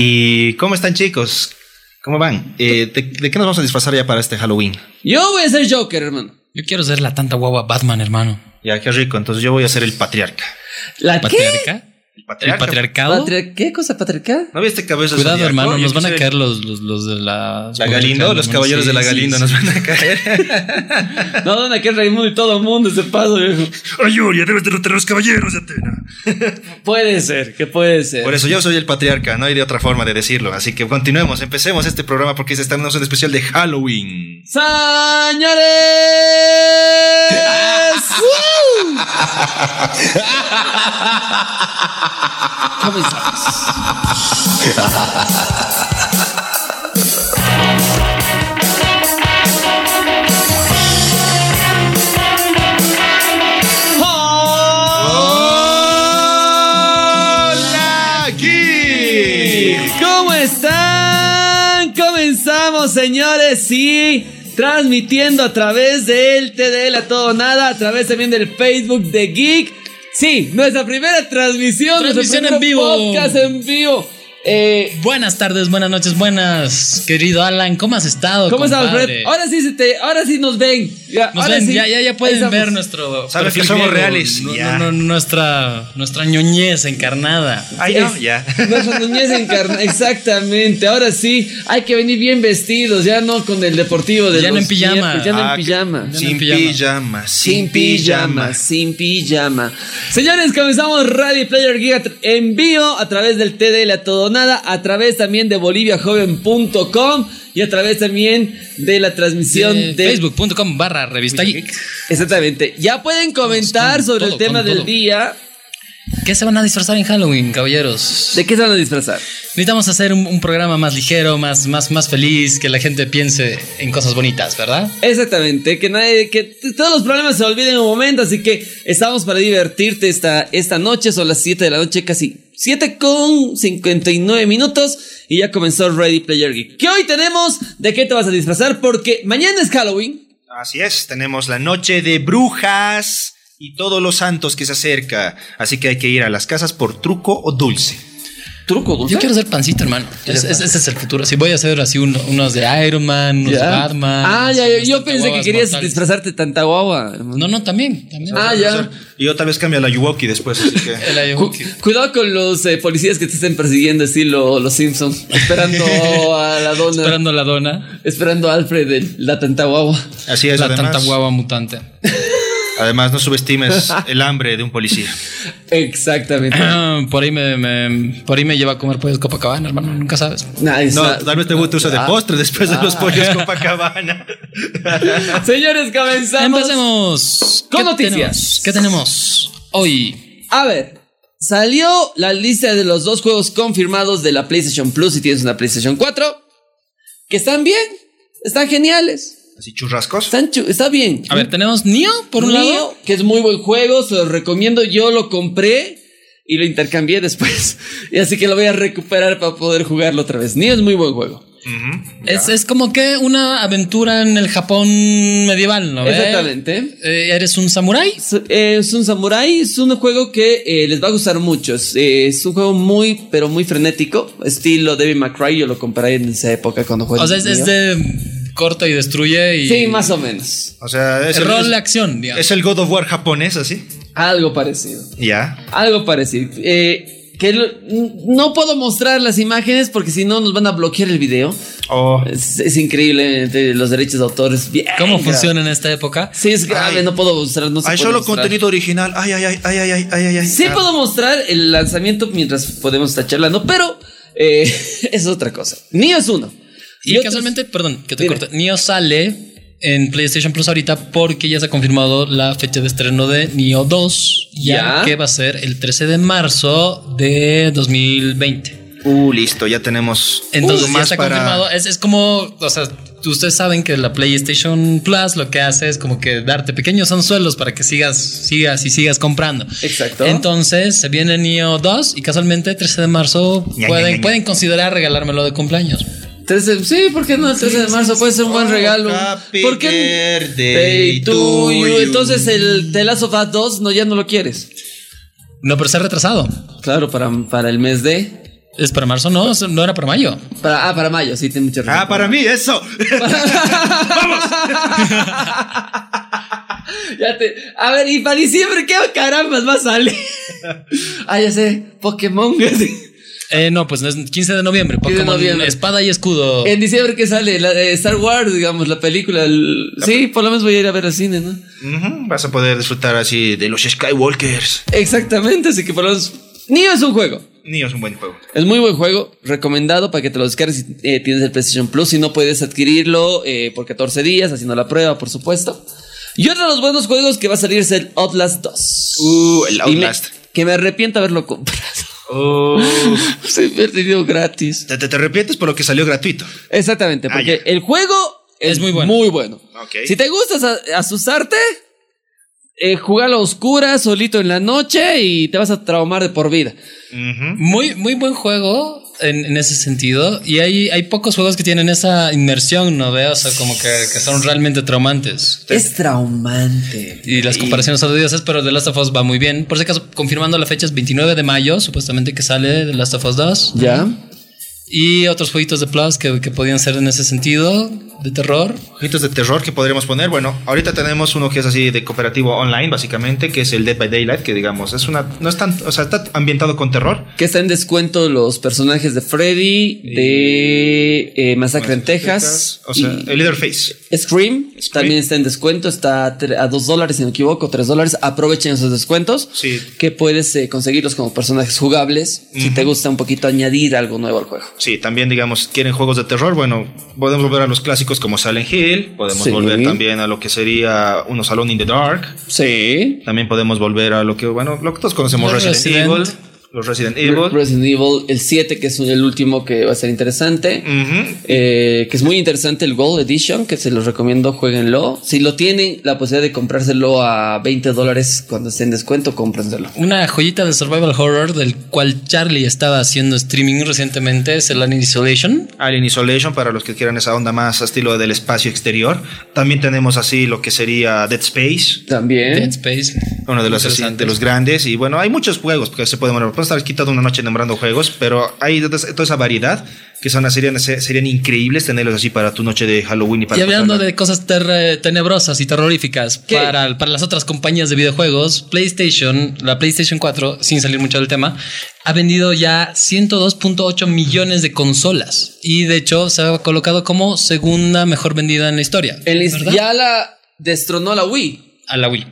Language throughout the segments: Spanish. ¿Y cómo están chicos? ¿Cómo van? Eh, ¿de, de qué nos vamos a disfrazar ya para este Halloween? Yo voy a ser Joker, hermano. Yo quiero ser la tanta guagua Batman, hermano. Ya, qué rico. Entonces yo voy a ser el patriarca. ¿La qué? ¿Patriarca? ¿El ¿El patriarcado? Patria- ¿Qué cosa patriarcal? ¿No viste cabeza Cuidado, zodiaco? hermano, Yo nos van a quisiera- caer los, los, los de la... La Galindo, los caballeros de la Galindo nos van a caer. No, ¿dónde aquí Raimundo y todo el mundo se pasa, viejo? Ay, Yuria, debes derrotar a los caballeros de Atena. Puede ser, que puede ser. Por eso yo soy el patriarca, no hay de otra forma de decirlo. Así que continuemos, empecemos este programa porque estamos en especial de Halloween. ¡Señores! ¡Woo! Comenzamos. ¡Hola, Geek! ¿Cómo están? Comenzamos, señores, y transmitiendo a través del TDL a todo o nada, a través también del Facebook de Geek. Sí, nuestra primera transmisión, nuestro Transmisión en primer vivo. podcast en vivo. Eh, Buenas tardes, buenas noches, buenas. Querido Alan, ¿cómo has estado? ¿Cómo estamos, compadre? Fred? Ahora sí, se te, ahora sí nos ven. Ya, Nos ahora ven, sí, ya, ya, ya ahí pueden estamos. ver nuestro. Sabes que perfil somos griego, reales, no- ya. no- no- nuestra, nuestra ñoñez encarnada. Ay, Sí, no, es- ya. Nuestra niñez encarna- Exactamente. Ahora sí, hay que venir bien vestidos, ya no con el deportivo de Ya no los en pijama. miércoles, ya no Ah, en pijama. Ya no Sin en pijama. pijama, Sin pijama, sin pijama. Señores, comenzamos Radio Player Geek a tra- en vivo a través del TDL a todo o nada, a través también de boliviajoven.com y a través también de la transmisión Eh, de, Facebook.com barra revista geek. Exactamente. Ya pueden comentar Con sobre el todo, tema con del todo. día. ¿Qué se van a disfrazar en Halloween, caballeros? ¿De qué se van a disfrazar? Necesitamos hacer un, un programa más ligero, más, más, más feliz, que la gente piense en cosas bonitas, ¿verdad? Exactamente, que nadie, que t- todos los problemas se olviden en un momento, así que estamos para divertirte esta, esta noche, son las 7 de la noche, casi 7 con 59 minutos y ya comenzó Ready Player Geek. Que hoy tenemos de qué te vas a disfrazar porque mañana es Halloween. Así es, tenemos la noche de brujas y todos los santos que se acerca. Así que hay que ir a las casas por truco o dulce. Truco, dulce. Yo quiero ser pancito, hermano. Es- es- ese es el futuro. Si voy a hacer así uno- unos de Iron Man, unos de Ya. Batman. Ah, ya, así yo, unos yo pensé que tantaguabas querías mortales. disfrazarte tanta guagua. hermano. No, no, también. también. Ah, ya. Y yo tal vez cambio a la Yuwoki después, así que... El Cu- Ayahuasca. cuidado con los eh, policías que te estén persiguiendo, estilo los Simpsons, esperando a la dona, esperando, Esperando a la dona. Alfred, el- la tanta guagua. Así es, la tanta además, guava mutante. además no subestimes el hambre de un policía. Exactamente. por, ahí me, me- por ahí me lleva a comer pollos Copacabana, hermano. Nunca sabes. Nice. No, Ah, tal vez te gusta usar de postre después de los pollos Copacabana. Señores, comenzamos. Empecemos. Con ¿Qué noticias. tenemos? ¿Qué tenemos hoy? A ver, salió la lista de los dos juegos confirmados de la PlayStation Plus si tienes una PlayStation 4. Que están bien, están geniales, Así churrascos. están chu- está bien. A ver, tenemos Nio, por un Neo, lado. que es muy buen juego, se lo recomiendo. Yo lo compré y lo intercambié después. Y así que lo voy a recuperar para poder jugarlo otra vez. Nio es muy buen juego. Ujú. Es, es como que una aventura en el Japón medieval, ¿no? Exactamente. Eh, ¿Eres un samurái? Es- Es un samurai, es un juego que eh, les va a gustar mucho. Es, eh, es un juego muy, pero muy frenético. Estilo David McCray, yo lo compré en esa época cuando jugué. O sea, es, niño. es de corta y destruye y... Sí, más o menos. O sea, es el rol es- de acción, digamos. es el God of War japonés, así. Algo parecido. Ya. Algo parecido. Eh, que lo- n- no puedo mostrar las imágenes porque si no nos van a bloquear el video. Oh, Es, es increíble entre los derechos de autores. Bien ¿Cómo grave. funciona en esta época? Sí, es grave, Ay. no puedo mostrar. No se hay puede solo mostrar. contenido original. Ay, ay, ay, ay, ay, ay, ay, ay. Sí pues Ah, puedo mostrar el lanzamiento mientras podemos estar charlando, pero eh, es otra cosa. Nio es uno. Y, otros- casualmente, perdón, que te Dime. corte. Nioh sale en PlayStation Plus ahorita porque ya se ha confirmado la fecha de estreno de Nioh 2, ya, Ya. que va a ser el 13 de marzo de 2020. Uh, listo, ya tenemos Entonces, algo ya está confirmado. Es, es como, o sea, ustedes saben que la PlayStation Plus lo que hace es como que darte pequeños anzuelos para que sigas, sigas y sigas comprando. Exacto. Entonces se viene Neo 2 y casualmente 13 de marzo Ya, pueden, ya, ya, ya. pueden considerar regalármelo de cumpleaños. 13 sí, ¿por qué no? El 13 de este marzo puede ser un buen Oh, eh, regalo. happy ¿Por qué? no? birthday Day to you. to you. Entonces el The Last of Us 2 no, ya no lo quieres. No, pero se ha retrasado. Claro, para, para el mes de... ¿Es para marzo? No, eso no era para mayo. Para, ah, para mayo, sí, tiene mucha razón. Ah, para mí, eso. Ya te- A ver, y para diciembre, ¿qué carambas va a salir? ah, ya sé, Pokémon. Eh, no, pues es 15 de 15 noviembre. de Pokémon noviembre. Espada y Escudo. en diciembre, ¿qué sale? La, eh, Star Wars, digamos, la película. el- Sí, por lo menos voy a ir a ver al cine, ¿no? Ujú, Vas a poder disfrutar así de los Skywalkers. Exactamente, así que por lo menos. Nio es un juego. Niño es un buen juego. Es muy buen juego, recomendado para que te lo descargues si eh, tienes el PlayStation Plus. Si no puedes adquirirlo eh, por 14 días, haciendo la prueba, por supuesto. Y otro de los buenos juegos que va a salir es el Outlast 2. Uh, el Y me- Outlast. que me arrepiento haberlo comprado. Oh. Se me ha perdido gratis. Te, te- te arrepientes por lo que salió gratuito. Exactamente, Ah, porque ya. el juego es, muy bueno. Ok. Si te gusta asa- asusarte, eh, jugalo a oscuras, solito en la noche y te vas a traumar de por vida. Ujú. Muy, muy buen juego en, en ese sentido. Y hay, hay pocos juegos que tienen esa inmersión, ¿no ve? O sea, como que, que son realmente traumantes. Es traumante. Y las comparaciones son odiosas, pero The Last of Us va muy bien. Por si acaso, confirmando la fecha, es 29 de mayo, supuestamente que sale The Last of Us 2. ¿Ya? Y otros jueguitos de Plus que, que podían ser en ese sentido, de terror. Jueguitos de terror que podremos poner. Bueno, ahorita tenemos uno que es así de cooperativo online, básicamente, que es el Dead by Daylight, que digamos, es una. No es tan. O sea, está ambientado con terror. Que está en descuento los personajes de Freddy, de eh, Masacre en Texas. O sea, y el Leatherface. Scream, también está en descuento, está a tre- a 2 dólares, si no me equivoco, 3 dólares. Aprovechen esos descuentos. Sí. Que puedes eh, conseguirlos como personajes jugables. Si te gusta un poquito añadir algo nuevo al juego. Sí, también, digamos, quieren juegos de terror. Bueno, podemos volver a los clásicos como Silent Hill. Podemos Sí. volver también a lo que sería unos Alone in the Dark. Sí. También podemos volver a lo que, bueno, lo que todos conocemos, Los Resident, Resident. Evil. Los Resident Evil. Resident Evil, el 7, que es el último que va a ser interesante. Ujú. Eh, que es muy interesante el Gold Edition, que se los recomiendo, jueguenlo. Si lo tienen, la posibilidad de comprárselo a 20 dólares cuando esté en descuento, cómprenselo. Una joyita de survival horror del cual Charlie estaba haciendo streaming recientemente es el Alien Isolation. Alien Isolation para los que quieran esa onda más a estilo del espacio exterior. También tenemos así lo que sería Dead Space, Dead También. Space. ¿Eh? uno de los, así- Interesante. de los grandes. Y bueno, hay muchos juegos que se pueden bueno, Puedo estar quitado una noche nombrando juegos, pero hay de- de- toda esa variedad que son, serían, se- serían increíbles tenerlos así para tu noche de Halloween y para Y pasarla. hablando de cosas ter- tenebrosas y terroríficas ¿Qué? para, para las otras compañías de videojuegos, PlayStation, la PlayStation 4, sin salir mucho del tema, ha vendido ya 102.8 millones de consolas y de hecho se ha colocado como segunda mejor vendida en la historia. El is- ¿verdad? ya la destronó la Wii. A la Wii.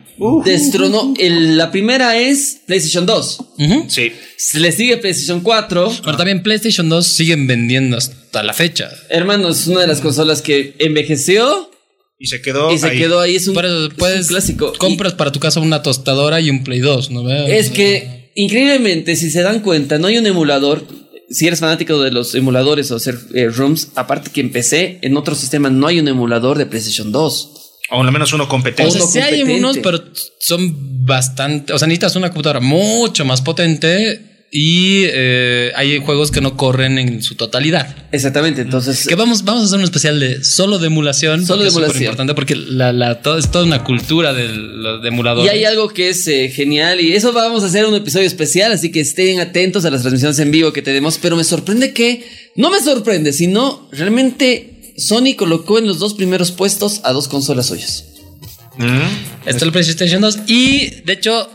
Destronó. el- la primera es PlayStation 2. Ujú. Sí. Le sigue PlayStation 4. Pero también PlayStation 2 siguen vendiendo hasta la fecha. Hermano, es una de las consolas que envejeció Y se quedó. y se ahí. quedó ahí. Es un, Por eso es un puedes clásico. Y- compras para tu casa una tostadora y un Play 2, ¿no? Es que, increíblemente, si se dan cuenta, no hay un emulador. Si eres fanático de los emuladores o hacer eh, rooms, aparte que empecé, en otro sistema no hay un emulador de PlayStation 2. O al menos uno O competente. sea, Uno sí hay competente. unos, pero son bastante. O sea, necesitas una computadora mucho más potente y eh, hay juegos que no corren en su totalidad. Exactamente, entonces. Que vamos, vamos a hacer un especial de solo de emulación. Solo porque de es súper emulación. importante porque la, la- todo- es toda una cultura de, lo- de Y emuladores. hay algo que es eh, genial y eso vamos a hacer un episodio especial, así que estén atentos a las transmisiones en vivo que tenemos, pero me sorprende que, no me sorprende, sino realmente Sony colocó en los dos primeros puestos a dos consolas suyas. Mm. Está el PlayStation 2 y de hecho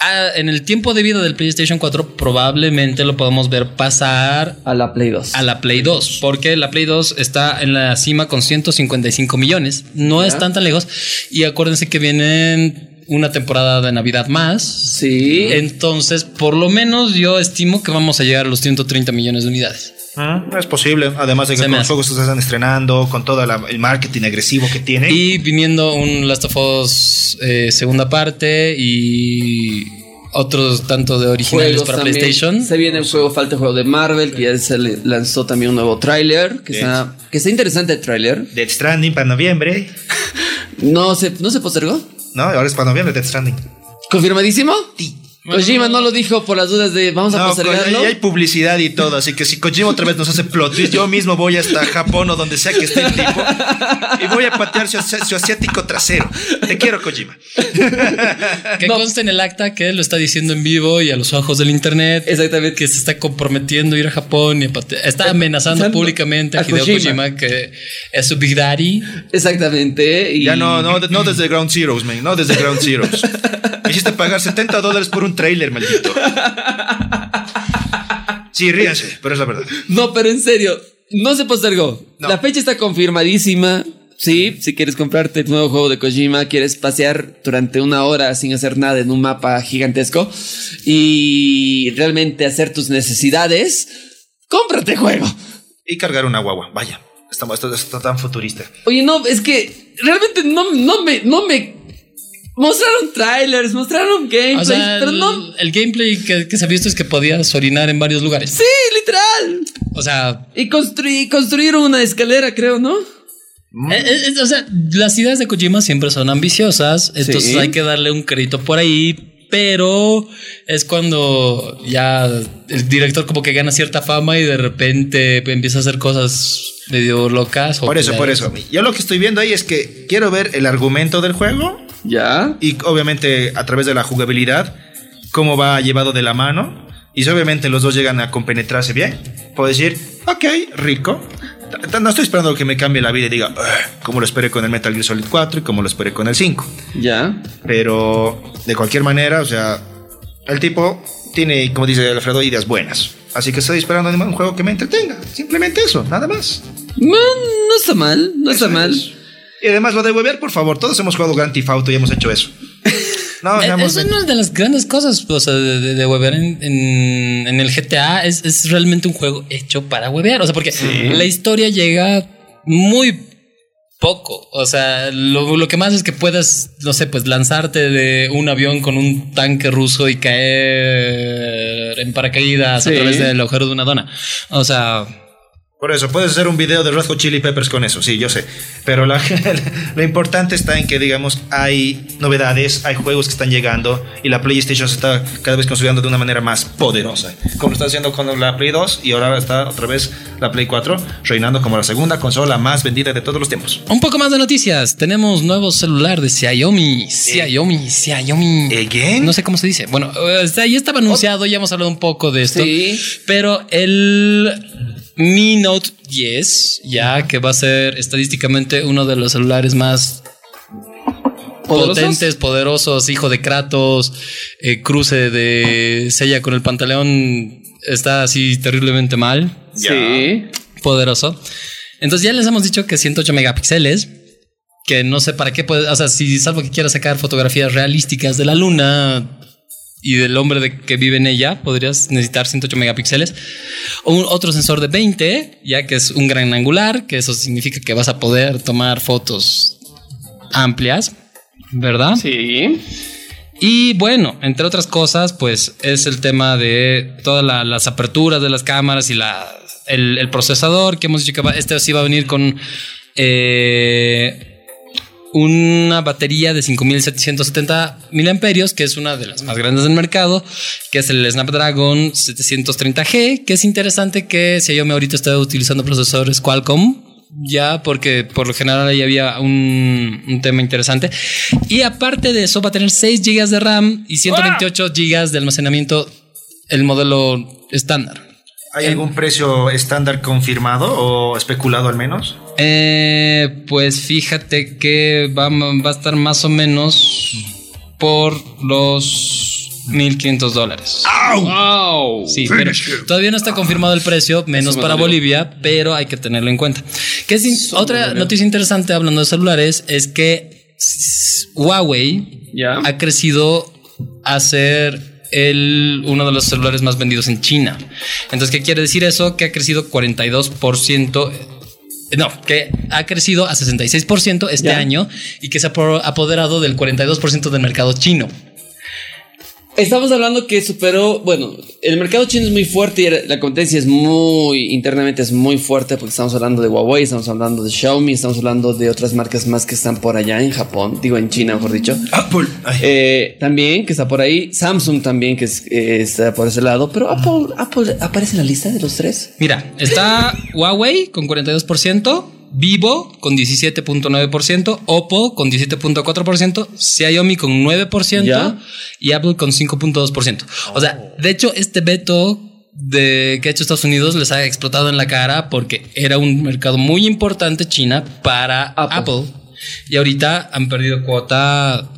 ah, en el tiempo de vida del PlayStation 4 probablemente lo podamos ver pasar A la Play 2. a la Play 2, porque la Play 2 está en la cima con 155 millones. No Ya. están tan lejos. Y acuérdense que vienen una temporada de Navidad más. Sí. Entonces, por lo menos yo estimo que vamos a llegar a los 130 millones de unidades. Mm, Es posible, además de que Se me con los hace. juegos que se están estrenando, con todo el marketing agresivo que tiene. Y viniendo un Last of Us eh, segunda parte y otros tanto de originales Juegos para también. PlayStation. Se viene el juego, falta el juego de Marvel, que ya se le- lanzó también un nuevo tráiler, que Bien. está, que está interesante el tráiler. Dead Stranding para noviembre. No se, no se postergó. No, ahora es para noviembre Death Stranding. ¿Confirmadísimo? Kojima no lo dijo por las dudas de vamos a No, postergarlo. y hay publicidad y todo, así que si Kojima otra vez nos hace plot twist, yo mismo voy hasta Japón o donde sea que esté el tipo y voy a patear su, asi- su asiático trasero. Te quiero, Kojima. Que conste en el acta que lo está diciendo en vivo y a los ojos del internet. Exactamente. Que se está comprometiendo a ir a Japón y a pate- está amenazando Exacto. públicamente a A Hideo Kojima. Kojima que es su Big Daddy. Exactamente. Y Ya no, no, no desde Ground Zeroes, man, no desde Ground Zeroes. Me hiciste pagar 70 dólares por un trailer, maldito. Sí, ríanse, pero es la verdad. No, pero en serio, no se postergó. No. La fecha está confirmadísima. Sí, si quieres comprarte el nuevo juego de Kojima, quieres pasear durante una hora sin hacer nada en un mapa gigantesco y realmente hacer tus necesidades, cómprate el juego. Y cargar una guagua, vaya. Estamos, esto, esto está tan futurista. Oye, no, es que realmente no, no me, no me mostraron trailers, mostraron gameplays, O sea, pero el, no. el gameplay que, que se ha visto es que podías orinar en varios lugares. Sí, literal. O sea, Y construir, construir una escalera, creo, ¿no? Mm. eh, eh, eh, o sea, las ideas de Kojima siempre son ambiciosas, entonces Sí. hay que darle un crédito por ahí. Pero es cuando ya el director como que gana cierta fama y de repente empieza a hacer cosas medio locas. o Por eso, por culeras. eso. Yo lo que estoy viendo ahí es que quiero ver el argumento del juego Ya. y obviamente a través de la jugabilidad, cómo va llevado de la mano. Y si obviamente los dos llegan a compenetrarse bien, puedo decir, ok, rico. T- t- No estoy esperando que me cambie la vida y diga, "Ugh", como lo esperé con el Metal Gear Solid 4 y como lo esperé con el 5. Ya. Pero de cualquier manera, o sea, el tipo tiene, como dice Alfredo, ideas buenas. Así que estoy esperando un juego que me entretenga. Simplemente eso, nada más. No, no está mal, no está Eso mal. es. Y además lo de huevear, por favor, todos hemos jugado Grand Theft Auto y hemos hecho eso. No, Eh, seamos Eso es una de las grandes cosas o sea, de, de- de huevear en, en- en el GTA. Es, es realmente un juego hecho para huevear. O sea, porque la historia llega muy poco. O sea, lo, lo que más es que puedas, no sé, pues lanzarte de un avión con un tanque ruso y caer en paracaídas a Sí. través del agujero de una dona. O sea, Por eso, puedes hacer un video de Red Hot Chili Peppers con eso, sí, yo sé. Pero la- lo importante está en que, digamos, hay novedades, hay juegos que están llegando y la PlayStation se está cada vez construyendo de una manera más poderosa. Como lo está haciendo con la Play 2 y ahora está otra vez la Play 4 reinando como la segunda consola más vendida de todos los tiempos. un poco más de noticias. Tenemos nuevo celular de Xiaomi. Xiaomi, Xiaomi. ¿Again? No sé cómo se dice. Bueno, o sea, ya estaba anunciado, ya hemos hablado un poco de esto. Sí. Pero el Mi Note 10, ya que va a ser estadísticamente uno de los celulares más ¿Poderosos? potentes, poderosos, hijo de Kratos, eh, cruce de Sella con el Pantaleón, está así terriblemente mal Sí. poderoso. Entonces ya les hemos dicho que 108 megapíxeles, que no sé para qué puede, o sea, si salvo que quiera sacar fotografías realísticas de la luna y del hombre de- que vive en ella, podrías necesitar 108 megapíxeles. O un otro sensor de 20, ya que es un gran angular, que eso significa que vas a poder tomar fotos amplias, ¿verdad? Sí. Y bueno, entre otras cosas, pues es el tema de todas la- las aperturas de las cámaras y la, el, el procesador que hemos dicho que va- este sí va a venir con eh, una batería de 5770 miliamperios, que es una de las más grandes del mercado, que es el Snapdragon 730G, que es interesante que si yo me ahorita estoy utilizando procesadores Qualcomm. Ya, porque por lo general ahí había un, un tema interesante. Y aparte de eso, va a tener 6 GB de RAM y 128 GB de almacenamiento, el modelo estándar. ¿Hay algún precio estándar confirmado o especulado al menos? Eh, pues fíjate que va, va a estar más o menos por los 1500 dólares. Wow. Sí, pero todavía no está confirmado el precio, menos me para dolió. Bolivia, pero hay que tenerlo en cuenta. Que es in- otra noticia interesante hablando de celulares es que s- Huawei Ya. ha crecido a ser el, uno de los celulares más vendidos en China. Entonces, ¿qué quiere decir eso? Que ha crecido 42%. eh, No, que ha crecido a 66% este Ya. año y que se ha apro- apoderado del 42% del mercado chino. Estamos hablando que superó, bueno, el mercado chino es muy fuerte y la competencia es muy, internamente es muy fuerte porque estamos hablando de Huawei, estamos hablando de Xiaomi, estamos hablando de otras marcas más que están por allá en Japón, digo en China, mejor dicho. Apple. Ay. Eh, también, que está por ahí, Samsung también, que es- eh, está por ese lado, pero Apple, Apple aparece en la lista de los tres. Mira, está Huawei con 42%, Vivo con 17.9%, Oppo con 17.4%, Xiaomi con 9% Ya. Oh. y Apple con 5.2%. O sea, de hecho, este veto de que ha hecho Estados Unidos les ha explotado en la cara porque era un mercado muy importante China para Apple. Apple y ahorita han perdido cuota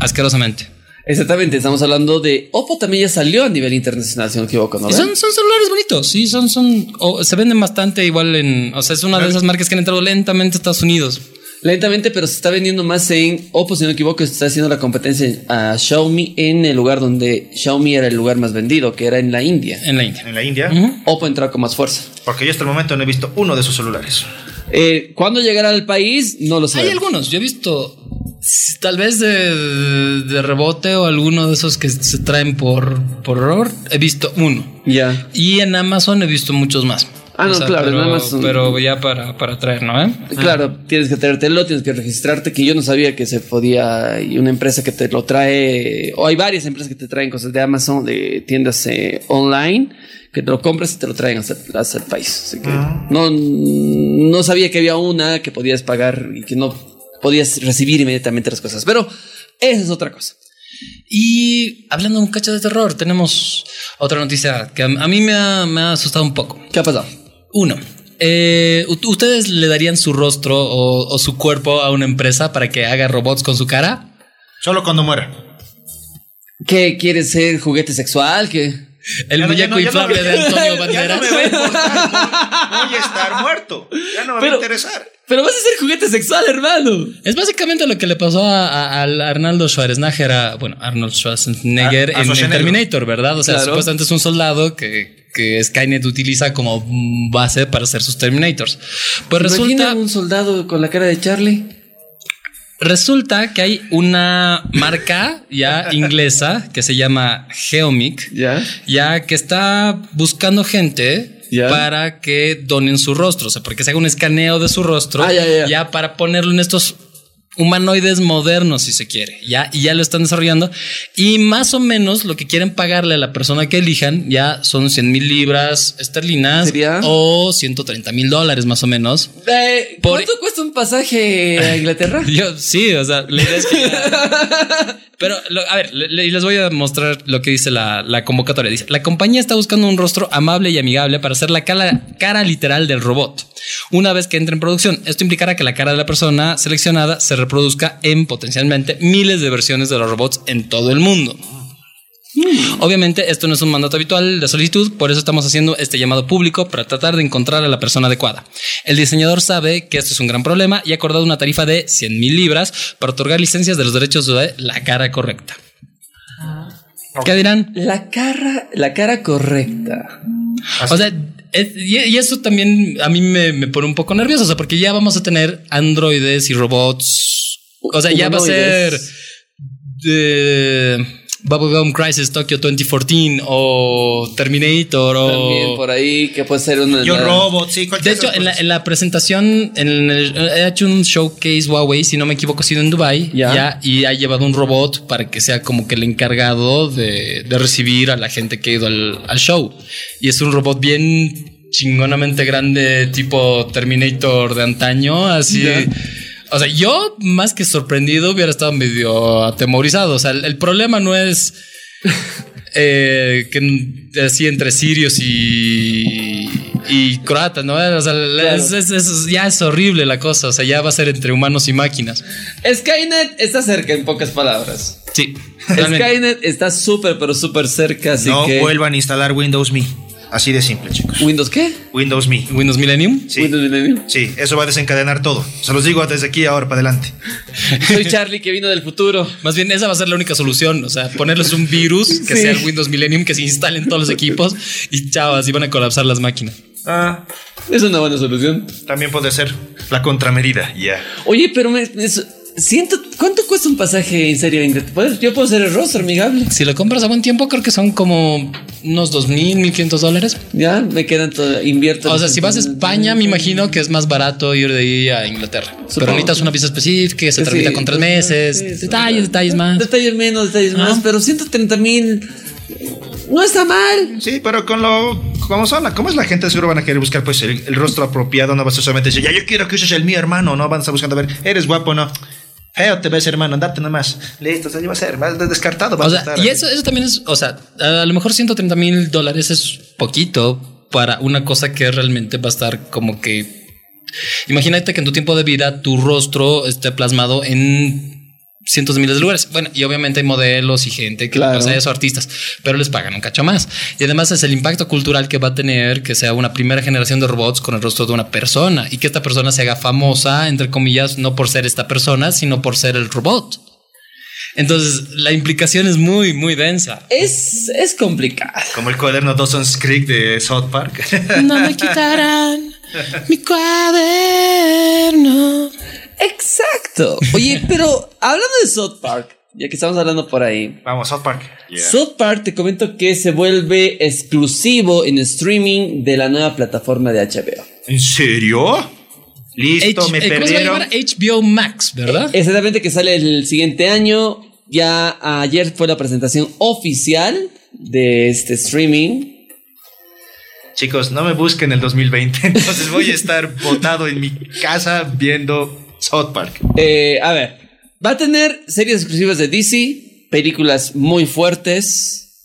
asquerosamente. Exactamente, estamos hablando de Oppo también ya salió a nivel internacional, si no me equivoco, ¿no? Y son, son celulares bonitos, sí, son, son, o- se venden bastante igual en, o sea, es una de esas marcas que han entrado lentamente a Estados Unidos. Lentamente, pero se está vendiendo más en Oppo, si no me equivoco, está haciendo la competencia a Xiaomi en el lugar donde Xiaomi era el lugar más vendido, que era en la India. En la India. En la India. Ujú. Oppo entró con más fuerza. Porque yo hasta el momento no he visto uno de sus celulares. Eh, ¿Cuándo llegará al país? No lo sé. Hay algunos, yo he visto s- tal vez de, de rebote o alguno de esos que se traen por, por error, he visto uno. Ya. Y en Amazon he visto muchos más. Ah, no, claro, en pero, Amazon. Pero ya para, para traer, ¿no? eh? Claro, tienes que traértelo, tienes que registrarte, que yo no sabía que se podía, y una empresa que te lo trae, o hay varias empresas que te traen cosas de Amazon, de tiendas eh, online, que te lo compras y te lo traen hasta, hasta el país. Así que no, no sabía que había una que podías pagar y que no podías recibir inmediatamente las cosas, pero esa es otra cosa. Y hablando un cacho de terror, tenemos otra noticia que a, a mí me ha- me ha asustado un poco. ¿Qué ha pasado? Uno, eh, ¿u- ¿ustedes le darían su rostro o, o su cuerpo a una empresa para que haga robots con su cara? Solo cuando muera. ¿Qué quieres ser juguete sexual? ¿Qué? El Ya no, ya muñeco no, ya no. inflable de Antonio Ya Banderas. no me va a importar. Voy a estar muerto. Ya no me Pero- va a interesar. Pero vas a ser juguete sexual, hermano. Es básicamente lo que le pasó a, a- al Arnaldo Schwarzenegger, a- bueno, Arnold Schwarzenegger A- a en- en, Schwarzenegger. Terminator, ¿verdad? O sea, Claro. supuestamente es un soldado que, que Skynet utiliza como base para hacer sus Terminators. Pues Imagina resulta... un soldado con la cara de Charlie. Resulta que hay una marca ya inglesa que se llama Geomic, Ya. ya que está buscando gente Ya. para que donen su rostro, o sea, porque se haga un escaneo de su rostro, Ah, ya, ya, ya. para ponerlo en estos humanoides modernos, si se quiere, ya, y ya lo están desarrollando, y más o menos lo que quieren pagarle a la persona que elijan ya son 100 mil libras esterlinas ¿Sería? o 130 mil dólares más o menos. Eh, Por- ¿Cuánto cuesta un pasaje a Inglaterra? Yo, sí, o sea, la idea es que ya- Pero, lo- a ver, le- le- les voy a mostrar lo que dice la, la convocatoria. Dice, la compañía está buscando un rostro amable y amigable para hacer la cara, cara literal del robot. Una vez que entre en producción, esto implicará que la cara de la persona seleccionada se reproduzca en potencialmente miles de versiones de los robots en todo el mundo. Obviamente esto no es un mandato habitual de solicitud, por eso estamos haciendo este llamado público para tratar de encontrar a la persona adecuada. El diseñador sabe que esto es un gran problema y ha acordado una tarifa de 100 mil libras para otorgar licencias de los derechos de la cara correcta. ¿Qué dirán? La cara, la cara correcta. Así. O sea, es- y, y eso también a mí me, me pone un poco nervioso, o sea, porque ya vamos a tener androides y robots. O sea, ya va a ser... Humanoides. de Bubblegum Crisis Tokyo 2014 o Terminator o... También por ahí, que puede ser una. Yo la- robot, sí, cualquier De hecho, cosa. pues. en la, en la presentación, en el- he hecho un showcase Huawei, si no me equivoco, ha sido en Dubai Ya. ya, y ha llevado un robot para que sea como que el encargado de, de recibir a la gente que ha ido al, al show. Y es un robot bien chingonamente grande, tipo Terminator de antaño, así. Ya. O sea, yo más que sorprendido hubiera estado medio atemorizado. O sea, el, el problema no es eh, que n- así entre sirios y, y croatas, ¿no? O sea, la- es- es- es- ya es horrible la cosa, o sea, ya va a ser entre humanos y máquinas. Skynet está cerca, en pocas palabras. Sí, realmente. Skynet está súper, pero súper cerca, así no que. vuelvan a instalar Windows Me. Así de simple, chicos. ¿Windows qué? Windows Me. Windows Millennium. Sí. Windows Millennium. Sí, eso va a desencadenar todo. Se los digo desde aquí ahora para adelante. Soy Charlie que vino del futuro. Más bien, esa va a ser la única solución. O sea, ponerles un virus que Sí. sea el Windows Millennium, que se instalen todos los equipos y chao, así van a colapsar las máquinas. Ah, Es una buena solución. también puede ser la contramedida. Ya. Oye, pero me, es- siento. ¿Cuánto cuesta cuesta un pasaje en serio a Inglaterra? Pues, Yo puedo ser el rostro amigable. Si lo compras a buen tiempo, creo que son como unos 2.000, 1.500 dólares. Ya, me quedan todo, invierto. O sea, si vas a España, me imagino que es más barato ir de ahí a Inglaterra. Pero necesitas una visa específica que se Sí, tramita con tres pues, meses. sí, sí, detalles, sí. detalles más. Detalles menos, detalles más, Ah. pero 130 mil no está mal. Sí, pero con lo. Como son, la- como es la gente, seguro van a querer buscar pues el, el rostro apropiado. No vas a solamente decir, ya yo quiero que uses el mío, hermano. No van a estar buscando a ver, eres guapo o no. Feo te ves, hermano, andate nomás. Listo, se va a ser, vas descartado. Vas O a sea, estar y ahí. eso, eso también es, o sea, a lo mejor 130 mil dólares es poquito para una cosa que realmente va a estar como que... Imagínate que en tu tiempo de vida tu rostro esté plasmado en cientos de miles de lugares. Bueno, y obviamente hay modelos y gente que Claro. claro. eso, artistas, pero les pagan un cacho más. Y además es el impacto cultural que va a tener que sea una primera generación de robots con el rostro de una persona y que esta persona se haga famosa, entre comillas, no por ser esta persona, sino por ser el robot. Entonces, la implicación es muy, muy densa. Es, es complicado. Como el cuaderno Dawson's Creek de South Park. No me quitarán mi cuaderno. Exacto. Oye, pero hablando de South Park, ya que estamos hablando por ahí, Vamos, South Park. South Park te comento que se vuelve exclusivo en streaming de la nueva plataforma de HBO. ¿En serio? Listo, eh, me perdieron. HBO Max, ¿verdad? Exactamente que sale el siguiente año. Ya ayer fue la presentación oficial de este streaming. Chicos, no me busquen el 2020. Entonces voy a estar botado en mi casa viendo South Park. Eh, a ver, va a tener series exclusivas de DC, películas muy fuertes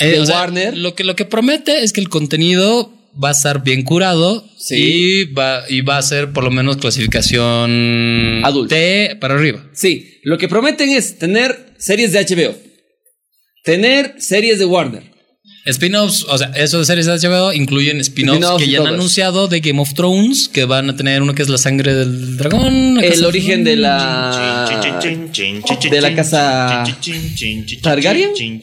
Eh, de o sea, Warner. Lo que, lo que promete es que el contenido va a estar bien curado Sí. y, va, y va a ser por lo menos clasificación Adulto. T para arriba. Sí, lo que prometen es tener series de HBO, tener series de Warner. Spin-offs, o sea, eso de series de HBO incluyen spin-offs Spin-offs que y ya han todas. anunciado de Game of Thrones, que van a tener uno que es la sangre del dragón. la casa El del origen de la de la casa Targaryen.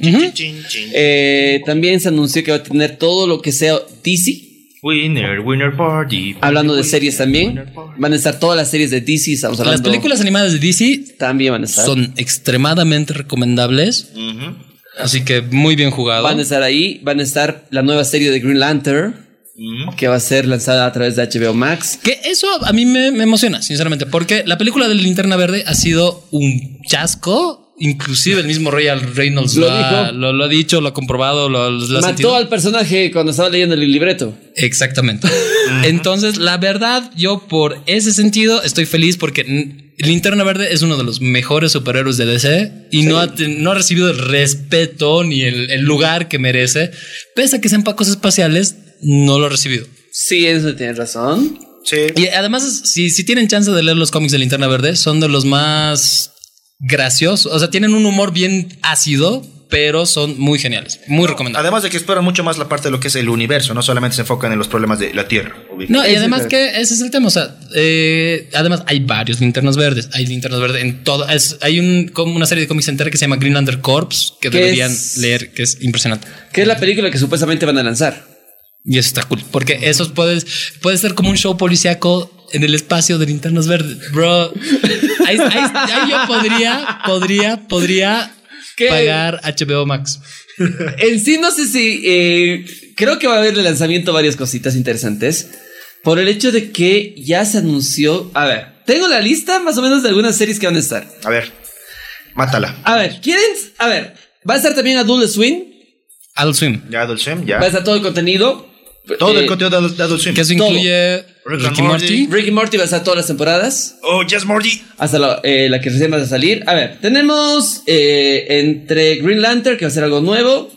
Eh, también se anunció que va a tener todo lo que sea DC. Winner, winner party. Hablando de series también, van a estar todas las series de DC. Estamos hablando. Las películas animadas de DC también van a estar. son extremadamente recomendables, Ujú. así que muy bien jugado. Van a estar ahí. Van a estar la nueva serie de Green Lantern Ujú. que va a ser lanzada a través de HBO Max. Que eso a mí me, me emociona, sinceramente, porque la película de Linterna Verde ha sido un chasco. Inclusive el mismo Royal Reynolds Lo lo, ha, dijo. lo, lo ha dicho, lo ha comprobado, lo, lo ha Mató sentido. al personaje cuando estaba leyendo el libreto. Exactamente. Entonces, la verdad, yo por ese sentido estoy feliz porque mm, Linterna Verde es uno de los mejores superhéroes de DC y no, ha, ten- no ha recibido el respeto ni el, el lugar que merece. Pese a que sean pacos espaciales, no lo ha recibido. Sí, eso tienes razón. Sí. Y además, es- si, si tienen chance de leer los cómics de Linterna Verde, son de los más graciosos. O sea, tienen un humor bien ácido, pero son muy geniales. Muy recomendables. Además de que exploran mucho más la parte de lo que es el universo, no solamente se enfocan en los problemas de la Tierra. No, y Ese además es- que ese es el tema, o sea, eh, además hay varios linternas verdes, hay linternas verdes en todo, es- hay un, como una serie de cómics entera que se llama Greenlander Corps, que Que deberían es- leer, que es impresionante. Que es la película que supuestamente van a lanzar. Y eso está cool, porque eso puede, puede ser como un show policíaco en el espacio de linternas verdes, bro. Ahí, ahí- ahí yo podría, podría, podría ¿Qué? pagar HBO Max. En sí, no sé si. eh, creo que va a haber de lanzamiento varias cositas interesantes. Por el hecho de que ya se anunció. A ver, tengo la lista más o menos de algunas series que van a estar. A ver, mátala. A ver, ¿quieren? A ver, va a estar también Adult Swim. Adult Swim, Ya, Adult Swim, Va a ya. estar todo el contenido. Todo el Eh, contenido de Adult- de Adult Swim. que eso Todo. incluye and Ricky Morty. Rick y Morty va a estar todas las temporadas. Oh, Jess Morty. Hasta la, eh, la que recién va a salir. A ver, tenemos eh, entre Green Lantern, que va a ser algo nuevo.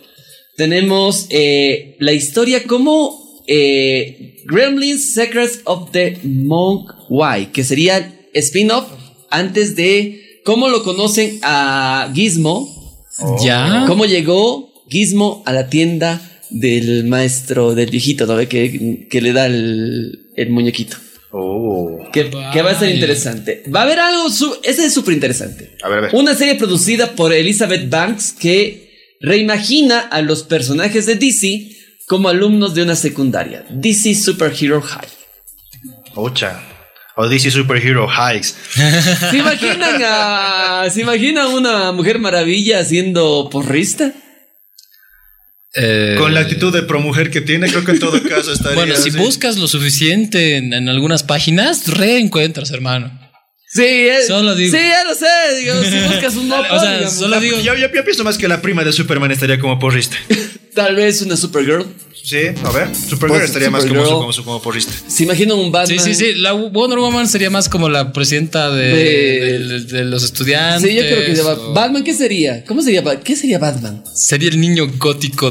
Tenemos eh, la historia como eh, Gremlins Secrets of the Monk Y, que sería el spin-off antes de cómo lo conocen a Gizmo, Oh. Ya. cómo llegó Gizmo a la tienda del maestro, del viejito, ¿no? ve? Que, que le da el- el muñequito. Oh. Que, que va a ser Vaya. interesante. Va a haber algo, su- ese es súper interesante. A ver, a ver. Una serie producida por Elizabeth Banks que reimagina a los personajes de DC como alumnos de una secundaria. DC Superhero High. Ocha. Odyssey Superhero Hikes. ¿Se imaginan a, ¿se imaginan una mujer maravilla siendo porrista? Eh, Con la actitud de promujer que tiene, creo que en todo caso estaría. Bueno, si así. buscas lo suficiente en, en algunas páginas, reencuentras, hermano. Sí, es- Solo digo. Sí, ya lo sé. Digo, si buscas un mapa, O sea, digamos, solo digo. Ah, Yo, yo- yo pienso más que la prima de Superman estaría como porrista. tal vez una Supergirl. Sí, a ver. Supergirl Pues, estaría más como, Supergirl. su- como, su- como porrista. ¿Se imaginan un Batman? Sí, sí, sí. La Wonder Woman sería más como la presidenta de, De- de- de los estudiantes. Sí, yo creo que o- va- Batman, ¿qué sería? ¿Cómo sería? Ba- ¿Qué sería Batman? Sería el niño gótico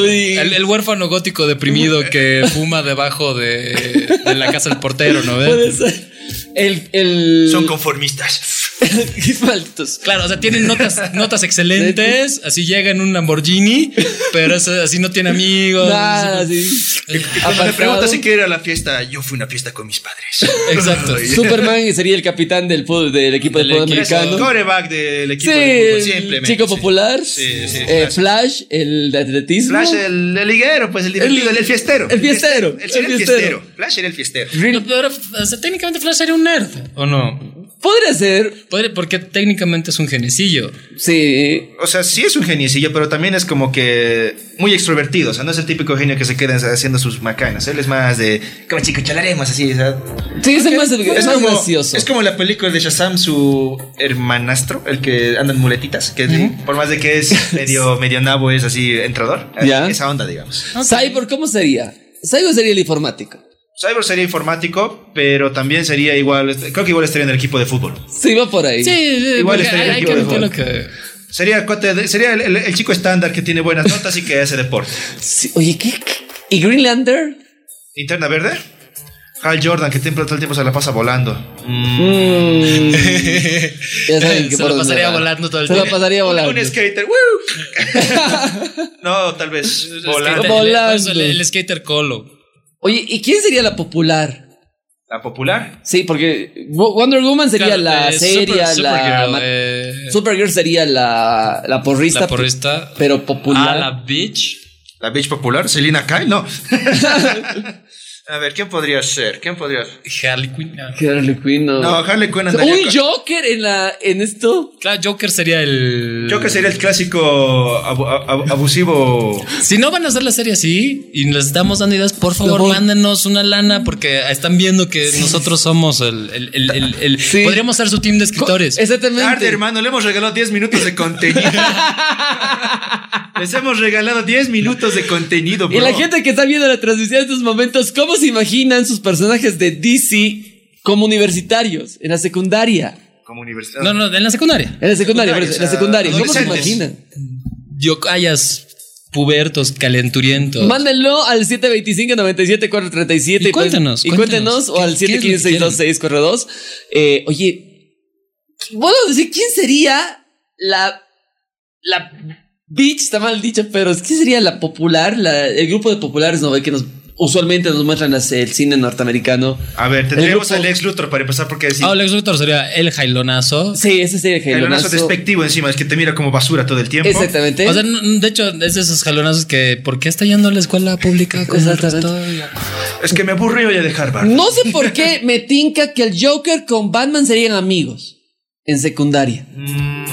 Uy. el, el huérfano gótico deprimido que fuma debajo de, de la casa del portero, ¿no ves? Puede ser. El. el Son conformistas. Qué malditos. Claro, o sea, tienen notas, notas excelentes, así llega en un Lamborghini, pero es- así no tiene amigos. Nada, sí. Cuando me Apartado. preguntas si quiere ir a la fiesta, yo fui a una fiesta con mis padres. Exacto. Superman sería el capitán del, fútbol- del equipo de Del fútbol equipo. Es el americano. coreback del Sí, equipo de fútbol, el simplemente. chico sí. popular. Sí, sí, Eh, Flash. Flash, el de atletismo. Flash, el, el liguero, pues el divertido, el, el fiestero. el fiestero, El, sería el el fiestero. fiestero. Flash era el fiestero. No, pero, o sea, técnicamente Flash sería un nerd, ¿o no? Podría ser. Podría- Porque técnicamente es un genecillo. Sí. O sea, sí es un geniecillo, pero también es como que muy extrovertido. O sea, no es el típico genio que se queda haciendo sus macanas. Él es más de. Como chicos, charlaremos así. o sea, Sí, ese es más, es más como, gracioso. es como la película de Shazam, su hermanastro, el que anda en muletitas. Que por más de que es medio, medio nabo, es así entrador. Ya. Esa onda, digamos. Cyborg, ¿cómo sería? Cyborg sería el informático. Cyber sería informático, pero también sería igual. este, Creo que igual estaría en el equipo de fútbol. Sí, va por ahí. Sí, sí, Igual porque está hay, el hay que equipo de admitir lo fútbol. que. Sería, cuate de- sería el, el- el chico estándar que tiene buenas notas y que hace deporte. Sí, Oye, ¿qué? qué- ¿Y Greenlander? Interna verde. Hal Jordan, que siempre todo el tiempo se la pasa volando. Mm, Mm. ya saben que Se por la dónde pasaría va. volando todo el Se la tiempo. pasaría volando. Un skater. ¡woo! no, tal vez. Volando. Skater, Volando. El, el skater colo. Oye, ¿y quién sería la popular? La popular. Sí, porque Wo- Wonder Woman sería Claro, la eh, seria, Super- la Supergirl, ma- eh, Supergirl sería la, la porrista, la porrista. pero popular. Ah, la bitch. La bitch popular. Selina Kyle, no. A ver, ¿quién podría ser? ¿Quién podría ser? Harley Quinn. no. Que era Harley Quinn, ¿no? No, Harley Quinn andaría Un con- Joker en la en esto. Claro, Joker sería el. Yo creo que sería el clásico abu- abu- abusivo. Si no van a hacer la serie así y les estamos dando ideas, por favor, Por favor. mándenos una lana porque están viendo que nosotros somos el. el- el- el- el- Sí. Podríamos ser su team de escritores. Exactamente. Tarde, hermano, le hemos regalado 10 minutos de contenido. Les hemos regalado 10 minutos de contenido, y la bro. gente que está viendo la transmisión en estos momentos, ¿cómo se imaginan sus personajes de DC como universitarios en la secundaria? Como universidad. No, no, en la secundaria. En la Secundaria, secundaria, perdón, en la o sea, secundaria. ¿Cómo se adolescentes. imaginan? Yo callas pubertos, calenturientos. Mándenlo al 725-97-437. Y cuéntenos, pues, Y cuéntenos, cuéntenos, o al ¿qué- qué es lo que 715-626-42. Eh, oye, bueno, decir quién sería la. La. Bitch, está mal dicho, pero es- ¿quién sería la popular? La, el grupo de populares ¿no? que nos. Usualmente nos muestran las- el cine norteamericano. A ver, tendríamos grupo- al ex Luthor para empezar porque si Ah, Lex Luthor sería el jailonazo. Sí, ese sería el jalonazo jailonazo. despectivo encima, es que te mira como basura todo el tiempo. Exactamente. O sea, no- no, de hecho, es de esos jalonazos que, ¿por qué está yendo a la escuela pública? con el Exactamente. resto? Es que me aburrí hoy de Harvard. no sé por qué me tinca que el Joker con Batman serían amigos en secundaria. Mm,